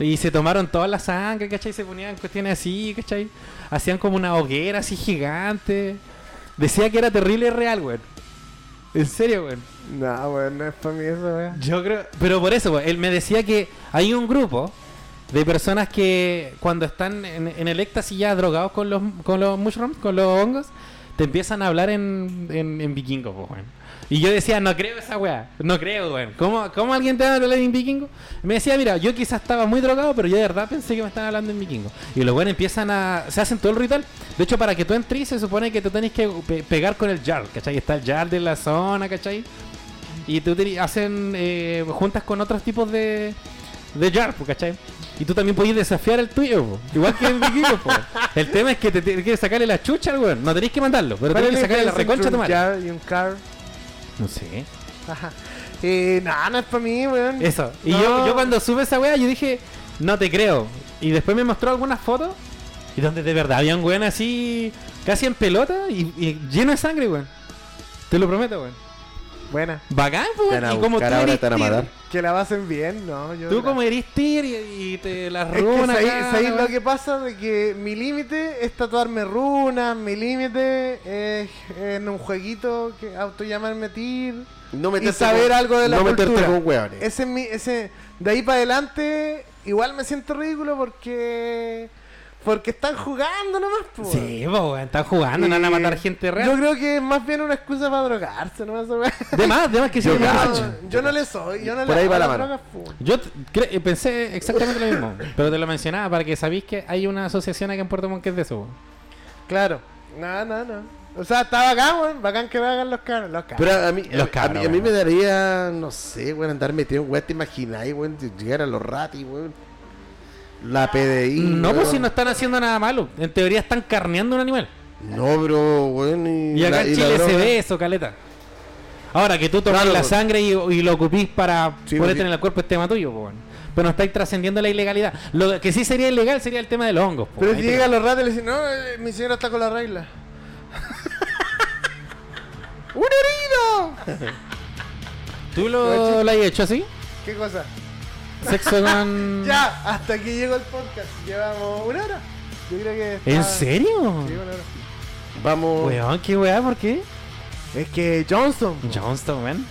Speaker 1: Y se tomaron toda la sangre, ¿cachai? Se ponían cuestiones así, ¿cachai? Hacían como una hoguera así gigante. Decía que era terrible real, weón. En serio, weón.
Speaker 4: No, weón, no es para mí eso, weón.
Speaker 1: Yo creo... Pero por eso, weón, él me decía que hay un grupo de personas que cuando están en, en el éxtasis ya drogados con los, con los mushrooms, con los hongos, te empiezan a hablar en, en, en vikingo, po, weón. Y yo decía, no creo esa weá, no creo, weón. ¿Cómo, ¿Cómo alguien te va a hablar en vikingo? Me decía, mira, yo quizás estaba muy drogado, pero yo de verdad pensé que me estaban hablando en vikingo. Y los weones empiezan a. Se hacen todo el ritual. De hecho, para que tú entres, se supone que tú tenés que pe- pegar con el jar, ¿cachai? Está el jar de la zona, ¿cachai? Y tú teni- hacen eh, juntas con otros tipos de, de jar, po, ¿cachai? Y tú también podías desafiar el tuyo, po. igual que en Vikingo. po. El tema es que te tienes que sacarle la chucha al weón. No tenéis que mandarlo, pero
Speaker 4: ¿Cuál
Speaker 1: tenés que
Speaker 4: es
Speaker 1: sacarle la reconcha
Speaker 4: diferencia
Speaker 1: a tu
Speaker 4: entre
Speaker 1: madre.
Speaker 4: un jar y un car?
Speaker 1: No sé.
Speaker 4: Ajá. Eh, no, no es para mí, weón.
Speaker 1: Eso. Y
Speaker 4: No.
Speaker 1: yo, yo cuando sube esa weá, yo dije, no te creo. Y después me mostró algunas fotos y donde de verdad había un weón así, casi en pelota y, y lleno de sangre, weón. Te lo prometo, weón.
Speaker 4: Buena.
Speaker 1: Bacán, po,
Speaker 2: Te
Speaker 1: weón.
Speaker 2: van a
Speaker 1: Y como tú
Speaker 2: buscar ahora,
Speaker 1: eres
Speaker 2: te van a
Speaker 1: tir-
Speaker 2: matar.
Speaker 4: Que la basen bien, ¿no? Yo
Speaker 1: Tú
Speaker 4: la-
Speaker 1: como eres tir y, y te las
Speaker 4: Es que
Speaker 1: runas.
Speaker 4: sabéis-
Speaker 1: acá,
Speaker 4: sabéis
Speaker 1: la
Speaker 4: lo
Speaker 1: weá.
Speaker 4: que pasa de que mi límite es tatuarme runas, mi límite es en un jueguito que auto llamarme tir
Speaker 2: No
Speaker 4: y
Speaker 2: meterte
Speaker 4: saber
Speaker 2: con-
Speaker 4: algo de la
Speaker 2: no meterte
Speaker 4: cultura.
Speaker 2: con hueones.
Speaker 4: Ese es mi, ese, de ahí para adelante igual me siento ridículo porque porque están jugando nomás, po.
Speaker 1: Sí, po, weón, están jugando, no van a
Speaker 2: Eh,
Speaker 1: matar gente
Speaker 4: Yo
Speaker 1: real.
Speaker 4: creo que es más bien una excusa para drogarse, nomás. esa weá.
Speaker 1: De más, de más que sí.
Speaker 2: Yo
Speaker 1: de más.
Speaker 2: cacho.
Speaker 4: No, yo no le soy, yo no
Speaker 2: Por ahí
Speaker 4: le hago
Speaker 2: va la
Speaker 4: las
Speaker 2: mano.
Speaker 4: drogas, po.
Speaker 1: Yo t- cre- eh, pensé exactamente lo mismo, pero te lo mencionaba para que sabéis que hay una asociación acá en Puerto Montt que es de eso. weón.
Speaker 4: Claro. No, no, no. O sea, está bacán, weón. Bacán que hagan los caros. Los caros.
Speaker 2: Pero a mí,
Speaker 1: Los
Speaker 2: a,
Speaker 1: cabros,
Speaker 2: mí, a mí
Speaker 1: bueno.
Speaker 2: me daría, no sé, weón, andar metido en weón, te imagináis, weón, de llegar a los ratis, weón. La PDI.
Speaker 1: No, pues
Speaker 2: weón.
Speaker 1: si no están haciendo nada malo. En teoría están carneando un animal.
Speaker 2: No, bro, weón. Y,
Speaker 1: Y acá
Speaker 2: la-
Speaker 1: en
Speaker 2: y la
Speaker 1: Chile se
Speaker 2: droga.
Speaker 1: ve eso, caleta. Ahora que tú tomas
Speaker 2: Claro,
Speaker 1: la
Speaker 2: pues.
Speaker 1: sangre y, y lo ocupís para
Speaker 2: Sí,
Speaker 1: ponerte
Speaker 2: porque-
Speaker 1: en el cuerpo, es tema tuyo, pues, bueno. Pero no estáis trascendiendo la ilegalidad. Lo que sí sería ilegal sería el tema de los hongos. pues, po,
Speaker 4: Pero
Speaker 1: ahí
Speaker 4: si
Speaker 1: te-
Speaker 4: llega a los ratos y le dicen, no, eh, mi señora está con la regla. ¡Un herido!
Speaker 1: ¿Tú lo, lo has hecho así?
Speaker 4: ¿Qué cosa?
Speaker 1: Sexo con...
Speaker 4: Ya, hasta aquí llegó el podcast. Llevamos una hora. Yo creo que. está-
Speaker 1: ¿En serio?
Speaker 4: Sí, una hora.
Speaker 2: Vamos.
Speaker 1: Weón, qué weá, ¿por qué?
Speaker 4: Es que Johnson.
Speaker 1: Johnston, man.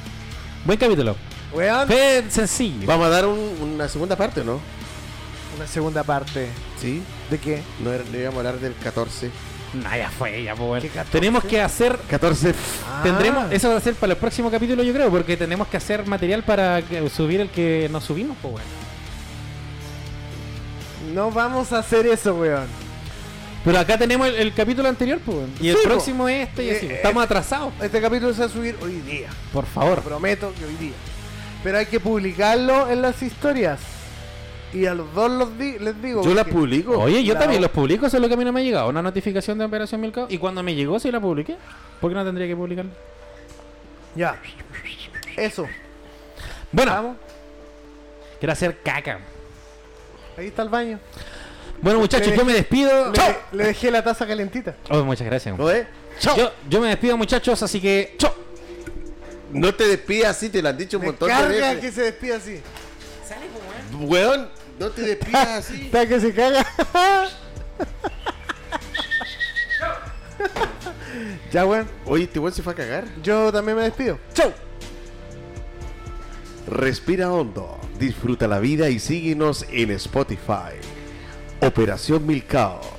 Speaker 1: Buen capítulo.
Speaker 4: Weón.
Speaker 1: Fue sencillo.
Speaker 2: Vamos a dar un- una segunda parte, ¿no?
Speaker 4: Una segunda parte.
Speaker 2: Sí.
Speaker 4: ¿De qué?
Speaker 2: No, era- no íbamos a hablar del 14.
Speaker 1: Nah, ya fue, ya, pues,
Speaker 4: Qué catorce. Ah.
Speaker 1: Tenemos que hacer
Speaker 2: 14.
Speaker 1: Ah. Tendremos, eso va a ser para el próximo capítulo, yo creo, porque tenemos que hacer material para que- subir el que nos subimos, pues bueno.
Speaker 4: No vamos a hacer eso, weón.
Speaker 1: Pero acá tenemos el, el capítulo anterior, pues. bueno. Y el
Speaker 4: Sí, po.
Speaker 1: próximo es este y así.
Speaker 4: Eh,
Speaker 1: Estamos atrasados.
Speaker 4: Este capítulo se va a subir hoy día.
Speaker 1: Por favor.
Speaker 4: prometo que hoy día. Pero hay que publicarlo en las historias. Y a los dos los di- les digo.
Speaker 2: Yo la
Speaker 4: porque-
Speaker 2: publico.
Speaker 1: Oye, yo
Speaker 4: la-
Speaker 1: también los publico, eso es lo que a mí no me ha llegado. Una notificación de Operación Milcao. Y cuando me llegó, sí la publiqué. ¿Por qué no tendría que publicarla?
Speaker 4: Ya. Eso.
Speaker 1: Bueno,
Speaker 4: Vamos.
Speaker 1: quiero hacer caca.
Speaker 4: Ahí está el baño.
Speaker 1: Bueno, muchachos, yo me despido. ¡Chao!
Speaker 4: Le, le dejé la taza calentita.
Speaker 1: Oh, muchas gracias.
Speaker 2: ¿No, eh? Chao.
Speaker 1: Yo, yo me despido, muchachos, así que. ¡Chao!
Speaker 2: No te despidas así, te lo han dicho un
Speaker 4: Me
Speaker 2: montón de
Speaker 4: carga
Speaker 2: veces.
Speaker 4: que se despida así.
Speaker 2: Weón, no te despidas así.
Speaker 4: Está que se caga. ya, weón.
Speaker 2: Oye, este weón se fue a cagar.
Speaker 4: Yo también me despido.
Speaker 2: ¡Chau! Respira hondo, disfruta la vida y síguenos en Spotify. Operación Milcao.